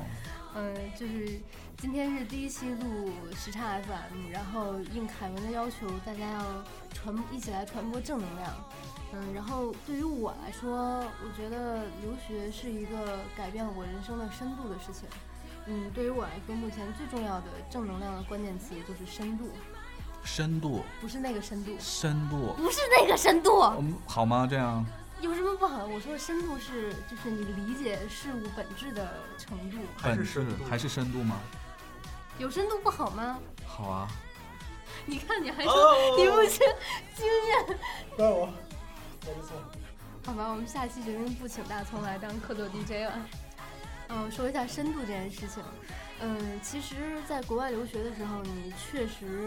嗯，就是今天是第一期录时差 FM，然后应凯文的要求，大家要传一起来传播正能量。嗯，然后对于我来说，我觉得留学是一个改变我人生的深度的事情。嗯，对于我来说，目前最重要的正能量的关键词就是深度，
深度
不是那个深度，
深度，
不是那个深度，
嗯，好吗？这样
有什么不好？我说的深度是就是你理解事物本质的程度，
还
本
是
质
深度
还是深度吗？
有深度不好吗？
好啊，
你看你还说你
哦，
不是经验。
怪我，我的错。
好吧，我们下期决定不请大葱来当客座 DJ 了。嗯，说一下深度这件事情。嗯，其实，在国外留学的时候，你确实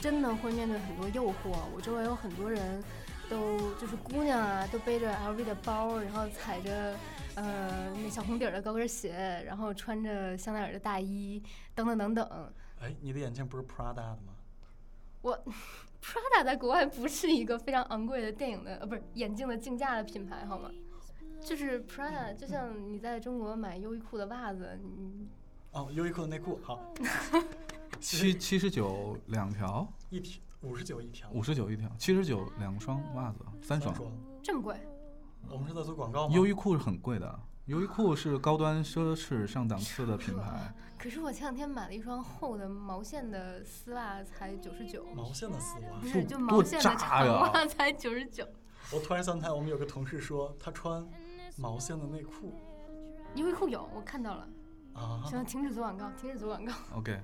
真的会面对很多诱惑。我周围有很多人都就是姑娘啊，都背着 LV 的包，然后踩着呃那小红底儿的高跟鞋，然后穿着香奈儿的大衣，等等等等。
哎，你的眼镜不是 Prada 的吗？
Prada 在国外不是一个非常昂贵的电影的呃，不是眼镜的竞价的品牌，好吗？就是 Prada，就像你在中国买优衣库的袜子，你
哦，优衣库的内裤，好，
七七十九两条，
一条五十九一条，
五十九一条，七十九两双袜子，三双。
这么贵，
我们是在做广告吗？
优衣库是很贵的，啊优衣库是高端奢侈上档次的品牌。
可是我前两天买了一双厚的毛线的丝袜，才九十九，
毛线的丝袜
不。是
多
就毛线
多
的长
炸呀
袜才九十九。
我突然想起来，我们有个同事说他穿毛线的内裤
优衣库有，我看到了。
啊，
行，停止做广告，停止做广告。
OK，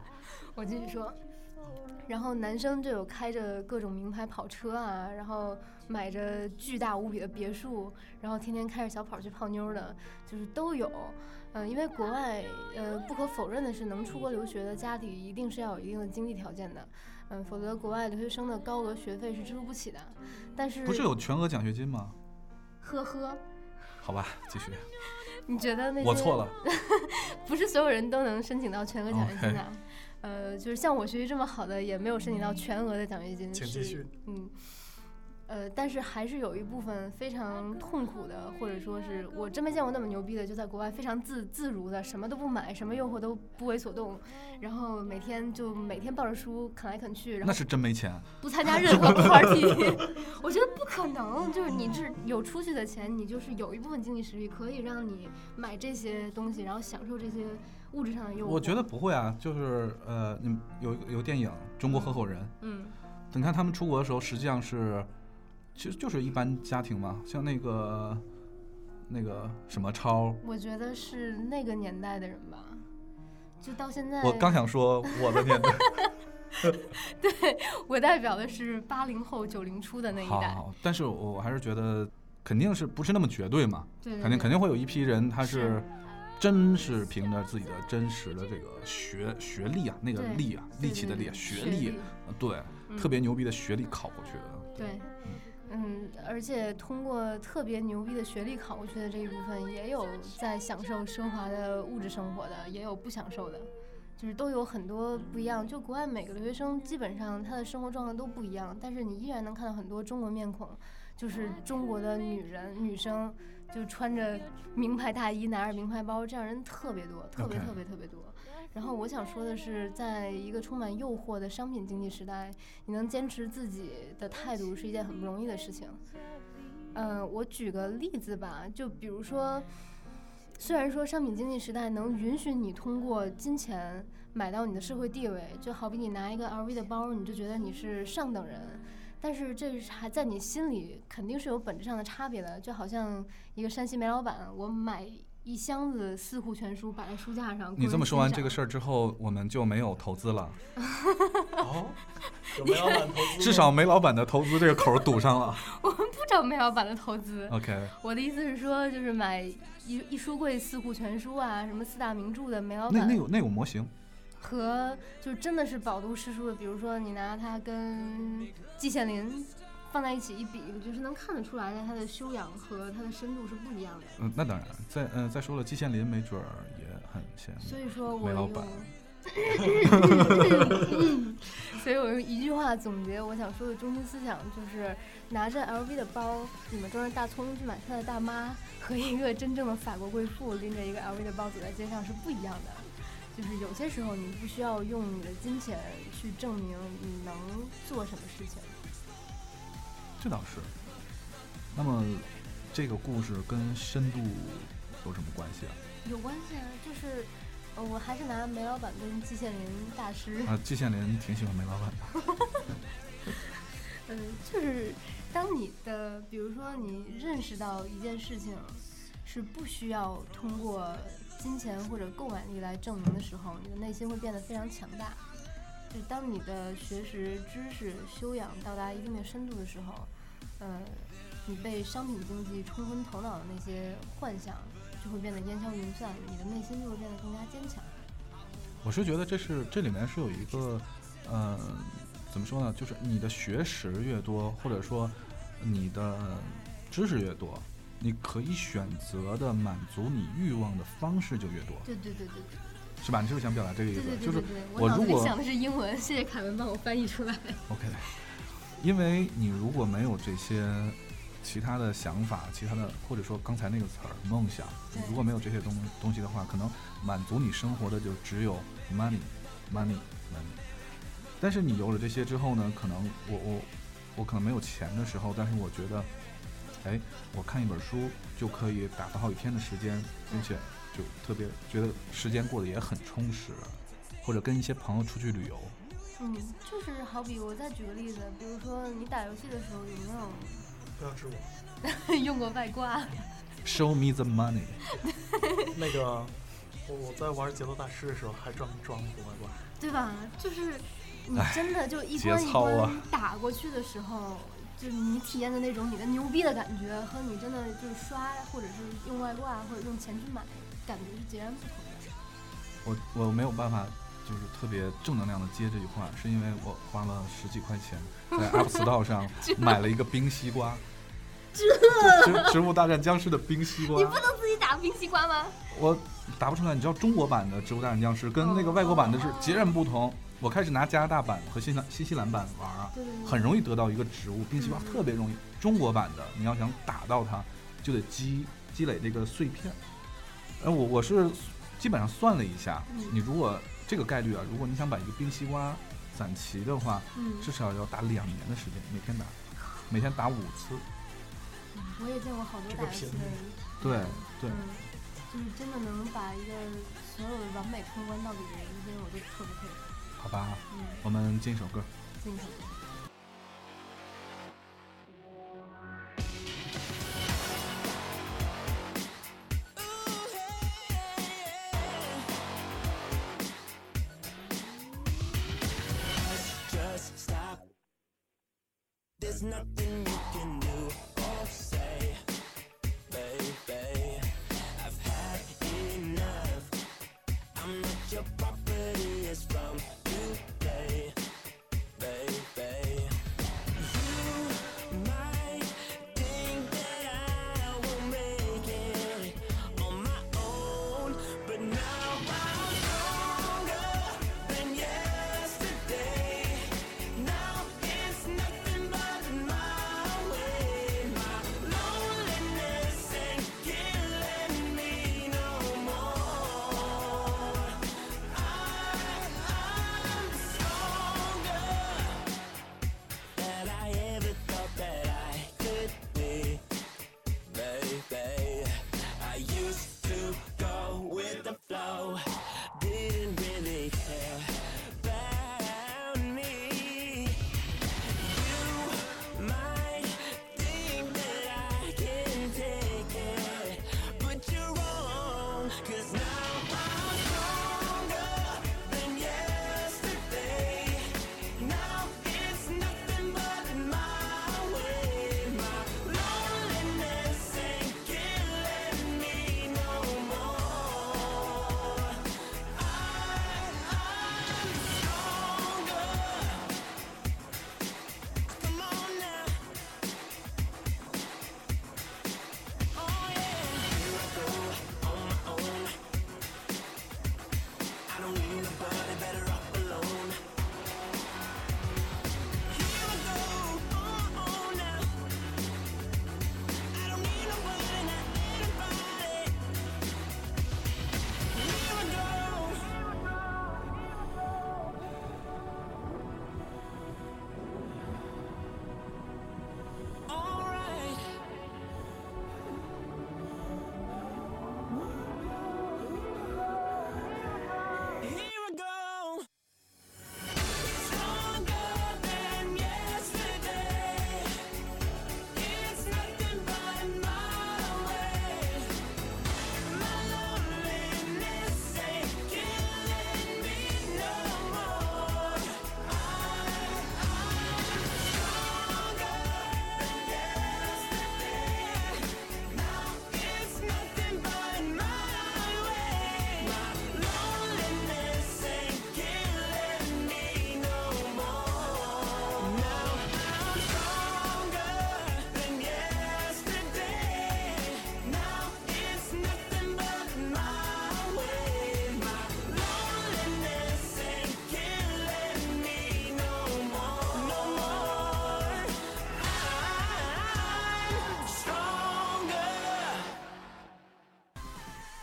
我继续说。然后男生就有开着各种名牌跑车啊，然后买着巨大无比的别墅，然后天天开着小跑去泡妞的，就是都有。嗯、因为国外，呃，不可否认的是，能出国留学的家里一定是要有一定的经济条件的，嗯、否则国外留学生的高额学费是支付不起的。但是，
不是有全额奖学金吗？
呵呵，
好吧，继续，
你觉得那
我
些
错了。
不是所有人都能申请到全额奖学金
哦
的。 呃，就是像我学习这么好的，也没有申请到全额的奖学金。
请
是
继续。
嗯，呃，但是还是有一部分非常痛苦的，或者说是我真没见过那么牛逼的，就在国外非常自自如的，什么都不买，什么诱惑都不为所动，然后每天就每天抱着书啃来啃去，然
那
后
是真没钱，
不参加任何 party。我 觉得不可能，就是你是有出去的钱，你就是有一部分经济实力可以让你买这些东西，然后享受这些物质上的诱惑。
我觉得，不会啊。就是呃，你们有一个有电影《中国合伙人》，
嗯，
你看他们出国的时候，实际上是，其实就是一般家庭嘛，像那个那个什么超，
我觉得是那个年代的人吧，就到现在，
我刚想说我的天，
我代表的是八零后、九零初 的那一
好
代，
好，但是我我还是觉得肯定是不是那么绝对嘛，
对对
肯定
对
肯定会有一批人他是
嗯是
真是凭着自己的真实的这个学学历啊，那个
对
力啊，
对
力气的
对
力
对
啊，学
学
历
历
呃对，
嗯
特别牛逼的学历考过去的，
对，嗯，而且通过特别牛逼的学历考过去的这一部分，也有在享受奢华的物质生活的，也有不享受的，就是都有很多不一样。就国外每个留学生基本上他的生活状况都不一样，但是你依然能看到很多中国面孔，就是中国的女人、女生，就穿着名牌大衣，拿着名牌包，这样人特别多，特别
OK
特别特别多。然后我想说的是，在一个充满诱惑的商品经济时代，你能坚持自己的态度是一件很不容易的事情。嗯、我举个例子吧，就比如说，虽然说商品经济时代能允许你通过金钱买到你的社会地位，就好比你拿一个 LV 的包，你就觉得你是上等人，但是这是还在你心里肯定是有本质上的差别的。就好像一个山西煤老板，我买一箱子《四库全书》摆在书架上，
你这么说完这个
儿，
事儿之后，我们就没有投资了，
哦，有煤老板投资吗，
至少煤老板的投资这个口儿堵上了。
我们不找煤老板的投资。
OK，
我的意思是说，就是买一一书柜《四库全书》啊，什么四大名著的煤老板，
那那有那有模型，
和就真的是饱读诗书的，比如说你拿他跟季羡林放在一起一比，我就是能看得出来的他的修养和他的深度是不一样的。
嗯，那当然，再嗯、再说了，季羡林没准儿也很羡
所
慕。
以说我
梅老
用
板，
所以我用一句话总结我想说的中心思想，就是拿着 LV 的包，你们装着大葱去买菜的大妈，和一个真正的法国贵妇拎着一个 LV 的包走在街上是不一样的。就是有些时候你不需要用你的金钱去证明你能做什么事情。
这倒是。那么，这个故事跟深度有什么关系啊？
有关系啊，就是呃我还是拿梅老板跟季羡林大师
啊，季羡林挺喜欢梅老板的。
嗯，就是当你的，比如说你认识到一件事情是不需要通过金钱或者购买力来证明的时候，你的内心会变得非常强大。就是当你的学识、知识、修养到达一定的深度的时候，呃，你被商品经济冲昏头脑的那些幻想就会变得烟消云散，你的内心就会变得更加坚强。
我是觉得这是这里面是有一个，呃，怎么说呢？就是你的学识越多，或者说你的知识越多，你可以选择的满足你欲望的方式就越多，
对对对对对。
是吧？你是不是想表达这个意
对
思？
对对
就
对
是
对，
我
脑子
如
里
果
想的是英文，谢谢凯文帮我翻译出来。
OK，因为你如果没有这些其他的想法，其他的或者说刚才那个词儿梦想，你
对
如果没有这些东东西的话，可能满足你生活的就只有 money money money。但是你有了这些之后呢，可能我我我可能没有钱的时候，但是我觉得，哎，我看一本书就可以打发好几天的时间，并且就特别觉得时间过得也很充实，或者跟一些朋友出去旅游，
嗯，就是好比我再举个例子，比如说你打游戏的时候有没
不要指我。
有 用过外挂？
Show me the money。
那个，我我在玩节奏大师的时候还专门装过外挂。
对吧？就是你
唉
真的就一
节
关一
操啊
关打过去的时候，就是你体验的那种你的牛逼的感觉，和你真的就是刷或者是用外挂或者用钱去买，感觉是截然不同的。
我我没有办法，就是特别正能量的接这句话，是因为我花了十几块钱在 App Store 上买了一个冰西瓜，这植植物大战僵尸的冰西瓜，
能自己打冰西瓜吗？
我打不出来。你知道中国版的《植物大战僵尸》跟那个外国版的是截然不同。我开始拿加拿大版和新西兰新西兰版玩啊，
对对对，
很容易得到一个植物，冰西
嗯
瓜特别容易。中国版的你要想打到它，就得积积累这个碎片。呃，我我是基本上算了一下，
嗯
你如果这个概率啊，如果你想把一个冰西瓜攒齐的话，
嗯，
至少要打两年的时间，每 天打，每天打五次。
我也见过好多
这
打
个
游戏
频
的
率
人。
对对，
嗯，就是真的能把一个所有的完美通关到底的人，这些我都特别佩服。
好吧，
嗯，
我们进一首歌。
敬佩。
Just stop. There's nothing you can do or say, baby. I've had enough. I'm not your property. It's from today, baby. You might think that I will make it on my own, but now I'm stronger than yesterday. Now it's nothing but my way.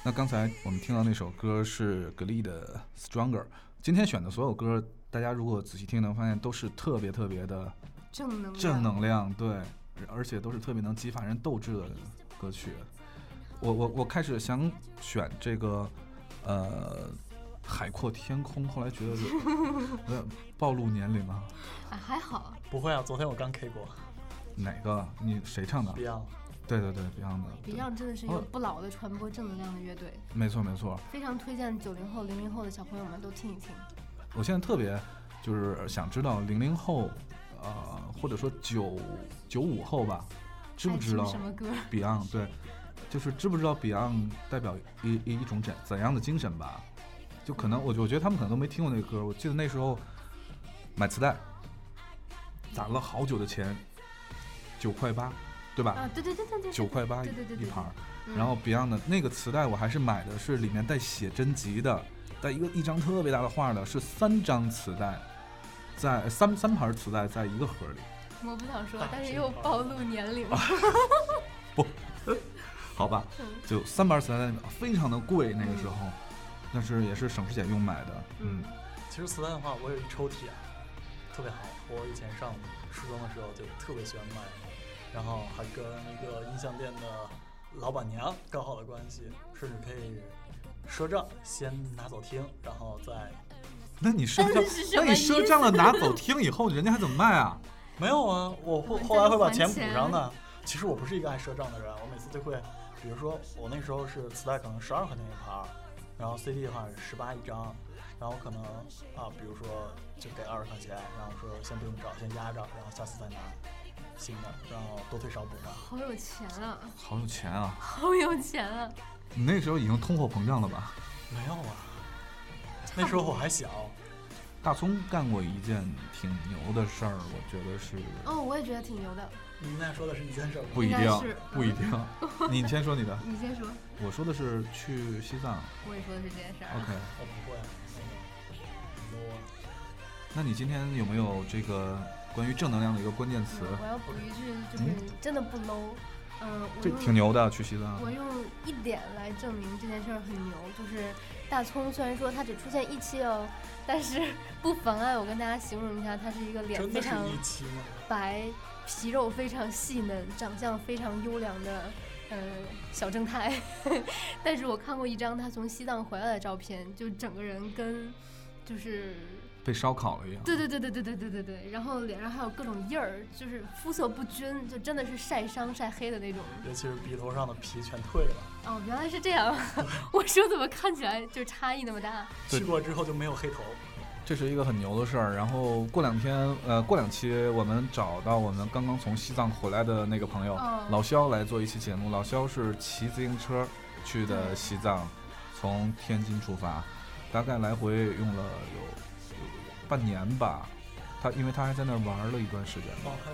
那刚才我们听到那首歌是 Glee 的《Stronger》，今天选的所有歌，大家如果仔细听，能发现都是特别特别的
正能量
正能量，对，而且都是特别能激发人斗志的歌曲。我我我开始想选这个，呃，海阔天空，后来觉得就有点暴露年龄啊。
啊，还好，
不会啊，昨天我刚 K 过
哪个？你谁唱的？
Beyond，
对对对，Beyond 的。对
Beyond 真的是一个不老的传播正能量的乐队，
没错没错，
非常推荐九零后、零零后的小朋友们都听一听。
我现在特别就是想知道零零后，呃，或者说九九五后吧，知不
爱
知
听
道
什么歌？
Beyond？对，就是知不知道 Beyond 代表一一一种怎怎样的精神吧？就可能我我觉得他们可能都没听过那个歌。我记得那时候买磁带，攒了好久的钱，九块八，对吧？
啊，对对对对对，
九块八一
对对对
一
对
盘儿，
嗯
然后 Beyond 的那个磁带我还是买的是里面带写真集的，带一个一张特别大的画的，是三张磁带，在三三盘磁带在一个盒里。
我不想说
大，
但是
声
又
吧
暴露年 龄。
好吧，
嗯
就三盘磁带在里面啊非常的贵那个时候，但是也是省吃俭用买的，嗯，
其实磁带的话，我有一抽屉啊，特别好。我以前上初中的时候就特别喜欢买，然后还跟一个音像店的老板娘搞好了关系，甚至可以赊账，先拿走听，然后再
那你赊账
但是，什
那
么
你赊账了拿走听以后，人家还怎么卖啊？
没有啊，我后
嗯
后来会把
再
钱
还
补
钱
上的。其实我不是一个爱赊账的人，我每次就会，比如说我那时候是磁带可能十二块钱一盘儿，然后 CD 的话是十八一张，然后可能啊，比如说就给二十块钱，然后说先不用找，先压着，然后下次再拿新的，然后多退少补嘛。
好有钱啊，
好有钱啊！
好有钱啊！
你那时候已经通货膨胀了吧？
没有啊，那时候我还小，
大葱干过一件挺牛的事儿，我觉得是。
哦，我也觉得挺牛的。
你们俩说的是一件事儿吗？
不一
应该
定
是，嗯
不一定。你先说你的，
你先说，
我说的是去西藏。
我也说的是这件事儿啊。
OK，
我不会啊，没有很多啊。
那你今天有没有这个关于正能量的一个关键词？
嗯我要补一句，就是真的不 low。嗯，我
这
用
挺牛的，啊去西藏
我。用一点来证明这件事儿很牛，就是大葱虽然说他只出现一期哦，但是不妨碍我跟大家形容一下，他是一个脸
真
非
的是
常
一期吗？
白、皮肉非常细嫩、长相非常优良的。呃，小正太， 但是我看过一张他从西藏回来的照片，就整个人跟，就是，
被烧烤了一样。
对对对对对对对对对，然后脸上还有各种印儿，就是肤色不均，就真的是晒伤晒黑的那种。
尤其是鼻头上的皮全退了。
哦，原来是这样。 我说怎么看起来就差异那么大？
对
去过之后就没有黑头。
这是一个很牛的事儿。然后过两天，呃，过两期我们找到我们刚刚从西藏回来的那个朋友、
嗯
老肖来做一期节目。老肖是骑自行车去的西藏，从天津出发，大概来回用了有有半年吧。他因为他还在那儿玩了一段时间，
哦，还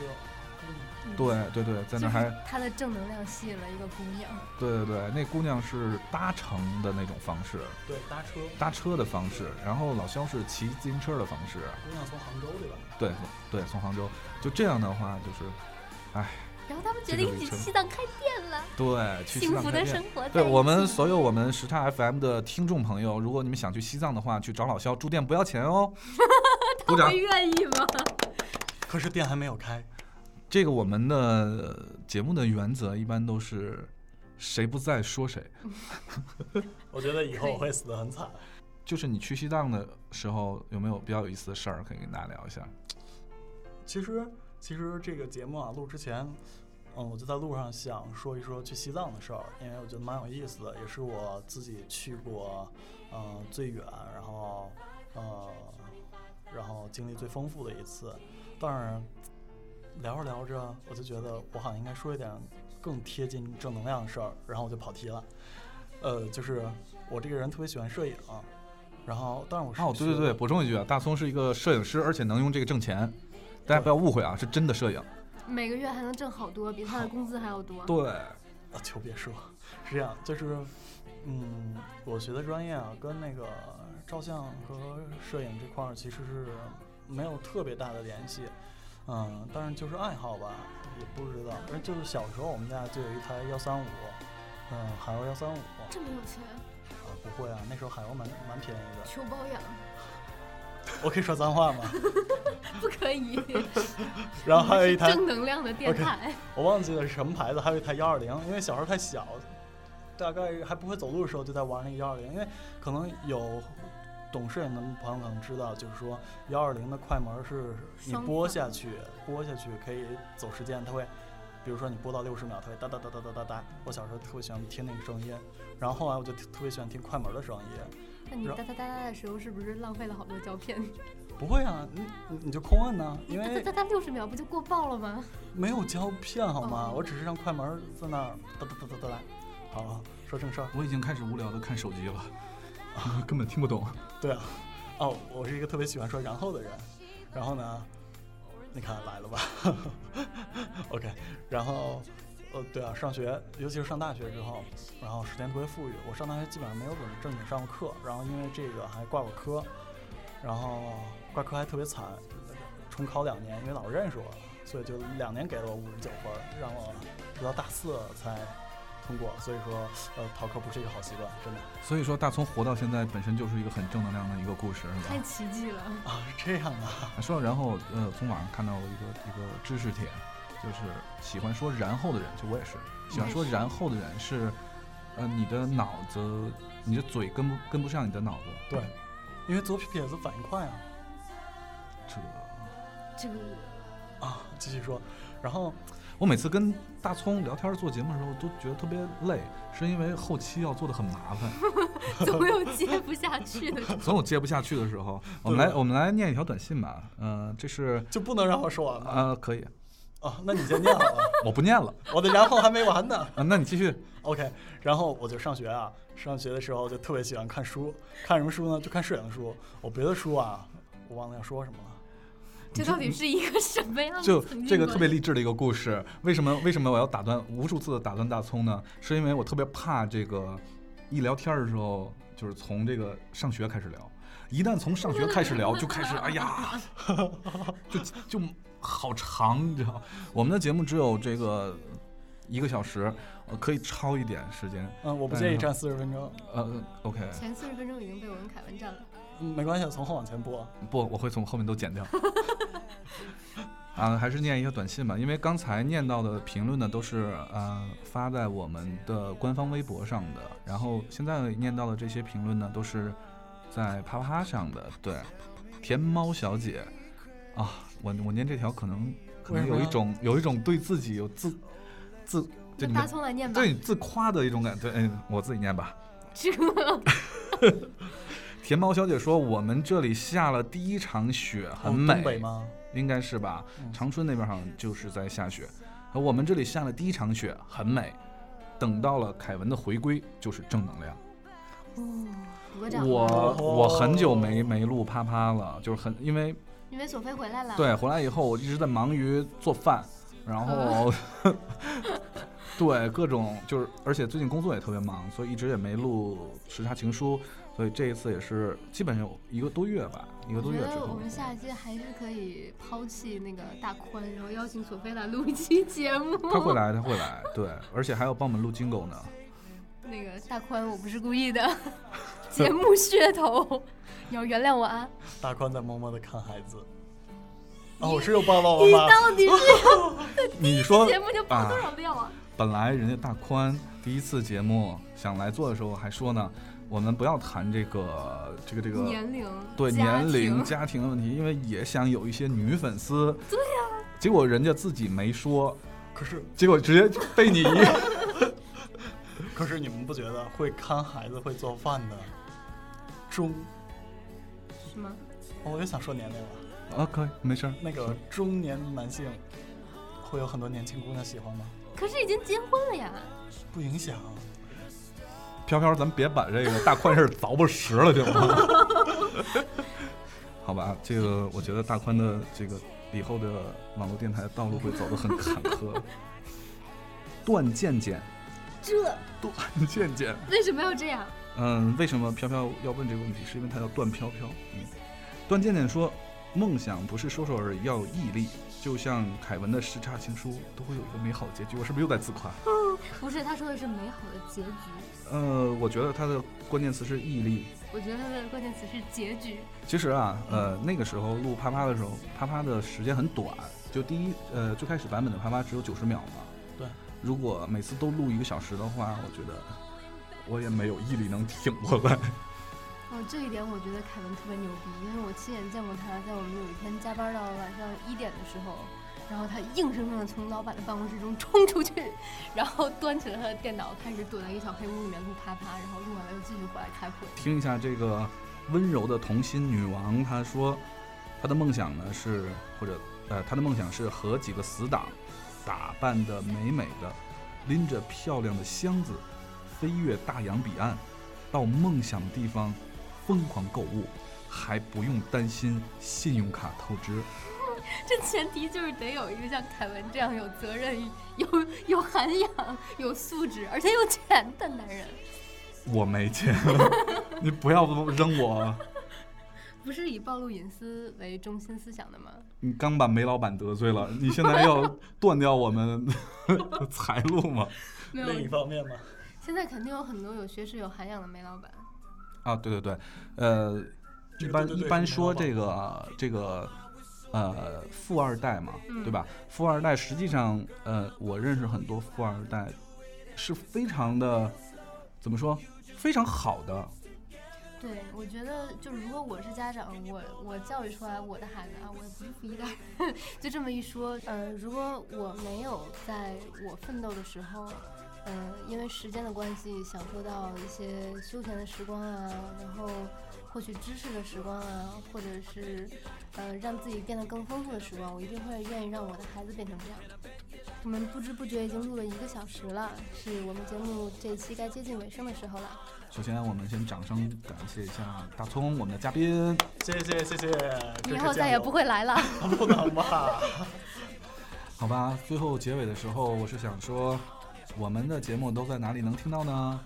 有一个，嗯，
对对对，在那儿还
就是他的正能量吸引了一个姑娘。
对对对，那姑娘是搭乘的那种方式，
对，搭车，
搭车的方式，然后老肖是骑自行车的方式，
姑娘从杭州对吧？
对对，从杭州，就这样的话就是。
然后他们决定一起西藏开店了，
对，去西
幸
藏
福
开
的
店
生。活在一起。
对我们所有我们时差 FM 的听众朋友，如果你们想去西藏的话，去找老肖住店不要钱 哦。鼓掌
会！愿意吗？
可是店还没有开，
这个我们的呃节目的原则一般都是谁不在说谁，
我觉得以后我会死得很惨。
就是你去西藏的时候有没有比较有意思的事儿可以跟大家聊一下？
其实，其实这个节目啊，录之前，嗯，我就在路上想说一说去西藏的事儿，因为我觉得蛮有意思的，也是我自己去过，嗯、最远，然后，呃，然后经历最丰富的一次。但是聊着聊着，我就觉得我好像应该说一点更贴近正能量的事儿，然后我就跑题了。呃，就是我这个人特别喜欢摄影，然后，但是我是
哦，对对
学
对，补充一句啊，大松是一个摄影师，而且能用这个挣钱，大家不要误会啊，是真的摄影。
每个月还能挣好多，比他的工资还要多。
对，
啊，就别说，是这样，就是，嗯，我学的专业啊，跟那个照相和摄影这块儿其实是没有特别大的联系，嗯，哎但是就是爱好吧，也不知道。而就是小时候我们家就有一台幺三五，嗯，海鸥幺三五
这么有钱，
啊，不会啊，那时候海鸥蛮蛮便宜的。
求包养，
我可以说脏话吗？
不可以。
然后还有一台
正能量的电
OK
台，
我忘记了是什么牌子，还有一台幺二零，因为小时候太小，大概还不会走路的时候就在玩那个幺二零，因为可能有懂事人的朋友可能知道，就是说幺二零的快门是你
双
拨
放
下去，拨下去可以走时间，它会，比如说你拨到六十秒，它会哒哒哒哒哒哒哒。我小时候特别喜欢听那个声音，然后后来我就特特别喜欢听快门的声音。
那你
然
哒
后
哒哒哒的时候，是不是浪费了好多胶片？
不会啊，你你你就空摁呢、因
哒哒
为
哒哒，六十秒不就过爆了吗？
没有胶片好吗？
哦
我只是让快门在那儿哒哒哒哒哒哒。好，说正事儿。
我已经开始无聊的看手机了， 根本听不懂。
对啊，哦，我是一个特别喜欢说然后的人，然后呢，你看来了吧 ？OK，然后，呃，对啊，上学，尤其是上大学之后，然后时间特别富裕，我上大学基本上没有怎么正经上过课，然后因为这个还挂过科，然后挂科还特别惨，重考两年，因为老师认识我了，所以就两年给了我五十九分，让我直到大四才通过，所以说，呃，逃课不是一个好习惯，真的。
所以说，大葱活到现在本身就是一个很正能量的一个故事，是吧
太？奇迹了！
啊，是这样啊，
说，然后呃，从网上看到过一个一个知识帖，就是喜欢说然后的人，就我也是喜欢说然后的人是，呃，你的脑子，你的嘴跟不跟不上你的脑子，
对，因为左撇子反应快啊。
这
这个
啊，继续说，然后
我每次跟大葱聊天做节目的时候，都觉得特别累，是因为后期要做的很麻烦，
总有接不下去的。
总有接不下去的时候。我们
对
来，我们来念一条短信吧。嗯、这是
就不能让我说完吗？
呃，可以，
啊，那你先念好了，
我不 念了。
我的然后还没完呢。
啊，那你继续。
OK，然后我就上学啊，上学的时候就特别喜欢看书，看什么书呢？就看摄影书。我别的书啊，我忘了要说什么了。
这到底是一个什么样的
就
曾经
这个
关
特别励志的一个故事，为什么为什么我要打断无数次的打断大葱呢？是因为我特别怕这个一聊天的时候，就是从这个上学开始聊，一旦从上学开始聊，就开始哎呀， 就就好长，你知道？我们的节目只有这个一个小时，呃，可以超一点时间，
嗯，我不
哎
介意
呀
占四十分钟，
呃，OK，
前四十分钟已经被我跟凯文占了。
嗯，没关系，从后往前播。
不，我会从后面都剪掉。啊，还是念一下短信吧，因为刚才念到的评论呢，都是呃发在我们的官方微博上的，然后现在念到的这些评论呢，都是在啪啪啪上的。对，甜猫小姐啊，我我念这条可能可能
为什么
有一
呀
种有一种对自己有自自就
那
你
大
们
葱来念吧。
对你自夸的一种感觉。哎，我自己念吧。
这
甜猫小姐说，我们这里下了第一场雪，很
哦
美。
东北吗？
应该是吧？
嗯
长春那边好像就是在下雪，而我们这里下了第一场雪，很美。等到了凯文的回归，就是正能量。
鼓掌。
我
哦
我很久没没录啪啪了，就是很因为
因为索菲回来了。
对回来以后我一直在忙于做饭，然后、
嗯
对各种就是，而且最近工作也特别忙，所以一直也没录时差情书，所以这一次也是基本上有一个多月吧，一个
我
多
觉
月之
得我
后
们。下一期还是可以抛弃那个大宽，然后邀请索菲来录一期节目。
他会来，他会来，对，而且还要帮我们录金狗呢。
那个大宽，我不是故意的，节目噱头，你要原谅我啊！
大宽在默默的看孩子。啊，我是又暴露了吗？
到底是
你说
节目就爆多
啊
少料啊？
本来人家大宽第一次节目想来做的时候还说呢，我们不要谈这个这个这个
年龄
对
家
年龄
庭
家庭的问题，因为也想有一些女粉丝。对呀、结果人家自己没说，
可是
结果直接被你
可是你们不觉得会看孩子、会做饭的中，
是吗？
哦我又想说年龄了。
啊，可以没事儿。
那个中年男性会有很多年轻姑娘喜欢吗？
可是已经结婚了呀，
不影响。
飘飘，咱们别把这个大宽事儿凿不实了，行吗？ 好吧，这个我觉得大宽的这个以后的网络电台道路会走得很坎坷。段健健，
这
段健健，
为什么要这样？
嗯，为什么飘飘要问这个问题？是因为他要段飘飘。嗯，段健健说，梦想不是说说而已，要有毅力。就像凯文的时差情书都会有一个美好结局，我是不是又在自夸？
不是，他说的是美好的结局，
呃，我觉得他的关键词是毅力。
我觉得他的关键词是结局。
其实啊，呃，那个时候录啪啪的时候，啪啪的时间很短，就第一，呃，最开始版本的啪啪只有九十秒嘛。
对。
如果每次都录一个小时的话，我觉得我也没有毅力能挺过来。
哦，这一点我觉得凯文特别牛逼，因为我亲眼见过他在我们有一天加班到晚上一点的时候，然后他硬生生的从老板的办公室中冲出去，然后端起了他的电脑，开始躲在一个小黑屋里面录啪啪，然后录完了又继续回来开会。
听一下这个温柔的童心女王，她说，她的梦想呢是或者呃，她的梦想是和几个死党打扮的美美的，拎着漂亮的箱子，飞越大洋彼岸，到梦想的地方疯狂购物，还不用担心信用卡透支。
这前提就是得有一个像凯文这样有责任、有有涵养、有素质，而且有钱的男人。
我没钱，你不要扔我。
不是以暴露隐私为中心思想的吗？
你刚把梅老板得罪了，你现在要断掉我们财路吗？
没
另一
有，
方面嘛，
现在肯定有很多有学识、有涵养的煤老板。
啊，对对对，呃，一
这个
般
对对
一
对
般
是
说
煤
这个啊这个呃富二代嘛，
嗯
对吧？富二代实际上，呃，我认识很多富二代是非常的怎么说，非常好的，
对，我觉得就是如果我是家长，我我教育出来我的孩子啊，我也不是富一代， 就这么一说，呃，如果我没有在我奋斗的时候，呃，因为时间的关系，享受到一些休闲的时光啊，然后获取知识的时光啊，或者是呃让自己变得更丰富的时光，我一定会愿意让我的孩子变成这样。我们不知不觉已经录了一个小时了，是我们节目这一期该接近尾声的时候了。
首先，我们先掌声感谢一下大葱，我们的嘉宾。
谢谢谢谢。
以后再也不
会
会来了。
不能吧？
好吧，最后结尾的时候，我是想说，我们的节目都在哪里能听到呢？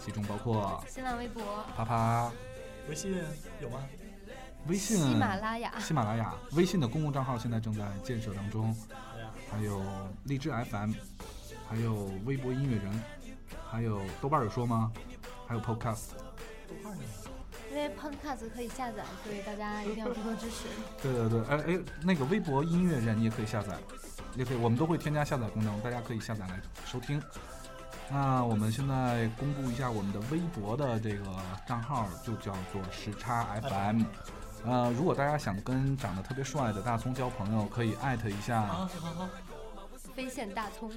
其中包括
新浪微博、
啪啪、
微信有吗？
微信、啊
喜马拉雅，
喜马拉雅、微信的公共账号现在正在建设当中，
哎呀，
还有荔枝 FM，还有微博音乐人，还有豆瓣有说吗？还有 Podcast。
因为 Podcast 可以下载，所以大家一定要多多支持。
对对对，哎哎，那个微博音乐人也可以下载，也可以，我们都会添加下载功能，大家可以下载来收听。那我们现在公布一下我们的微博的这个账号，就叫做时差 FM。呃，如果大家想跟长得特别帅的大葱交朋友，可以艾特一下
飞线大葱，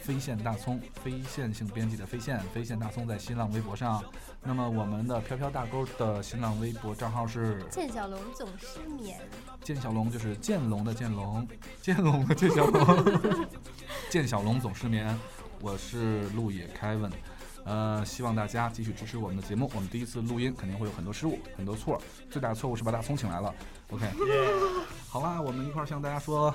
飞线大葱，非线性编辑的飞线，飞线大葱在新浪微博上。那么我们的飘飘大钩的新浪微博账号是
剑小龙总失眠，
剑小龙，就是剑龙的剑龙，剑龙的剑小龙， 剑小龙总失眠。我是陆野 Kevin，呃，希望大家继续支持我们的节目。我们第一次录音肯定会有很多失误，很多错，最大的错误是把大葱请来了。OK，好啦，我们一块儿向大家说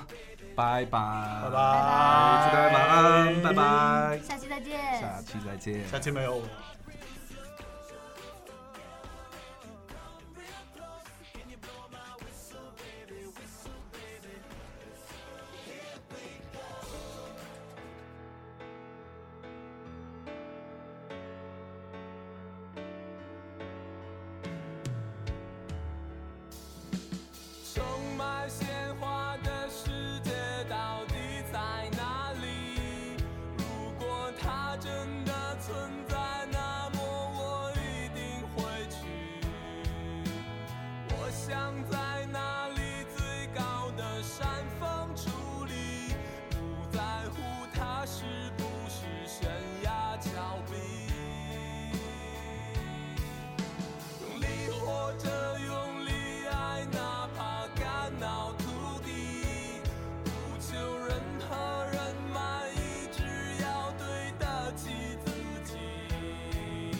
拜拜，拜
拜，
祝大家晚安，拜拜，
下期再见。
下期再见。
下期没有我。
充满鲜花的世界到底在哪里？如果它真的存在，那么我一定会去。我想在那里最高的山峰矗立，不在乎它是不是悬崖峭壁。用力活着，用力爱，哪怕肝脑涂地，不求任何人满意，只要对得起自己。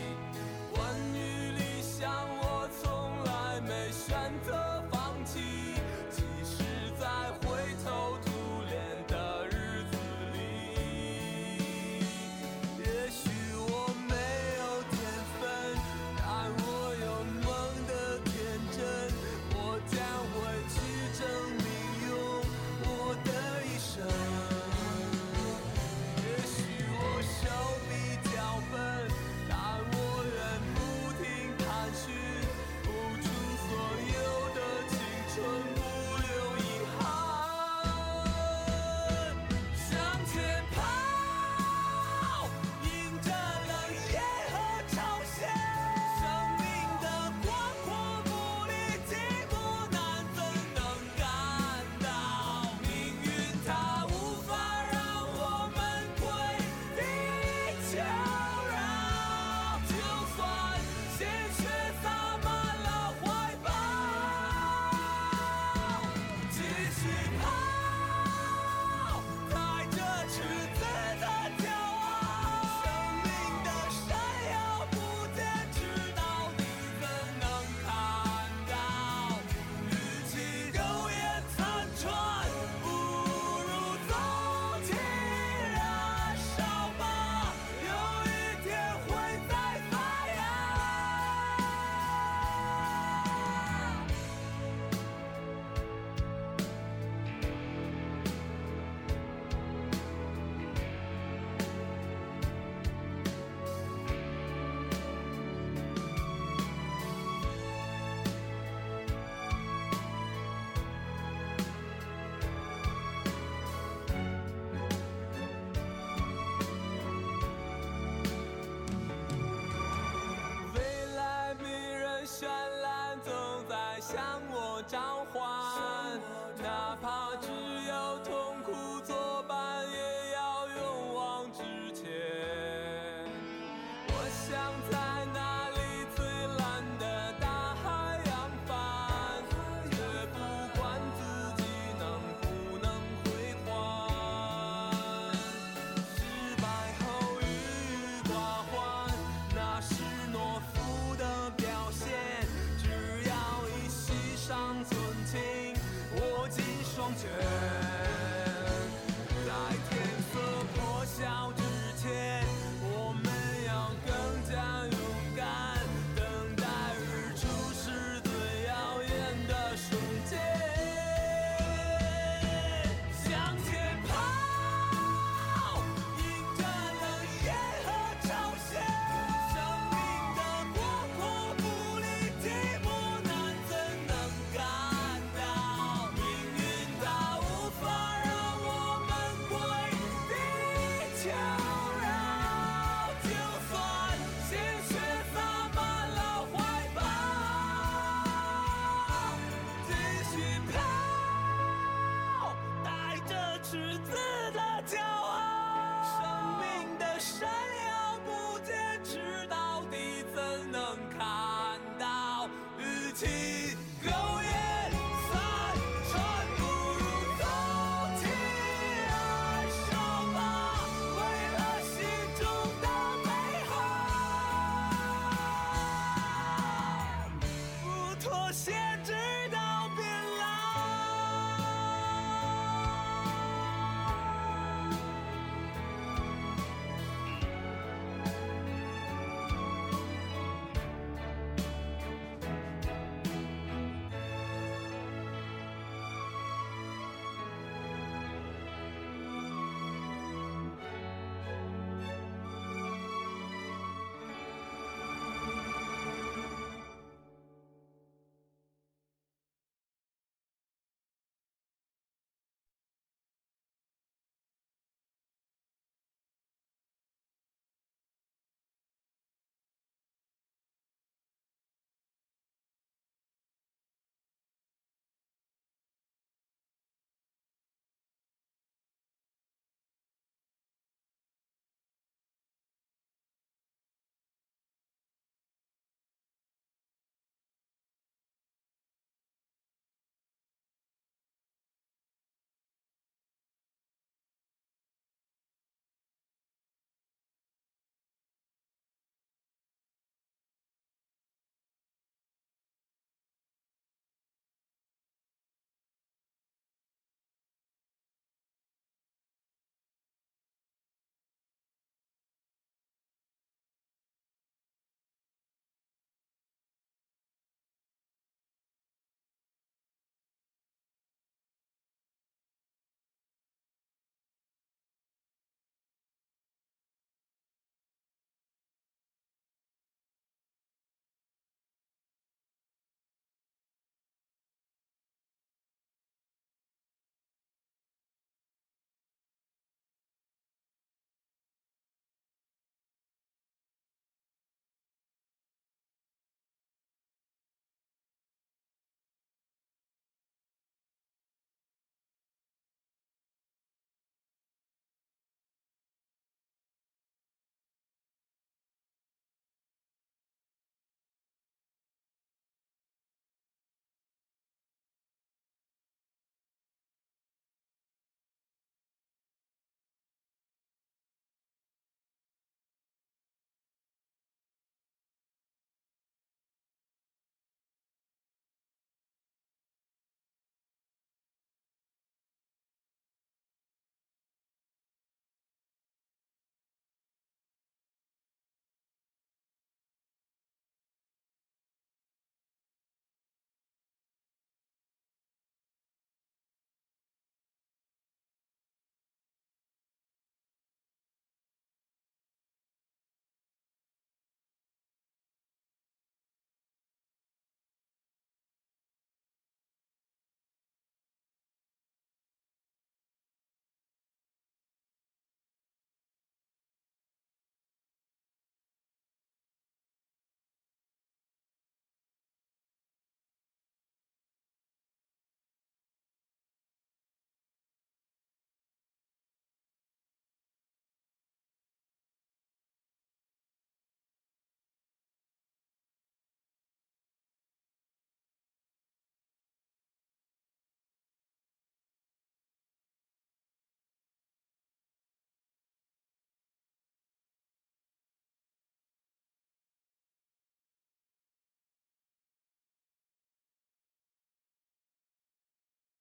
像在。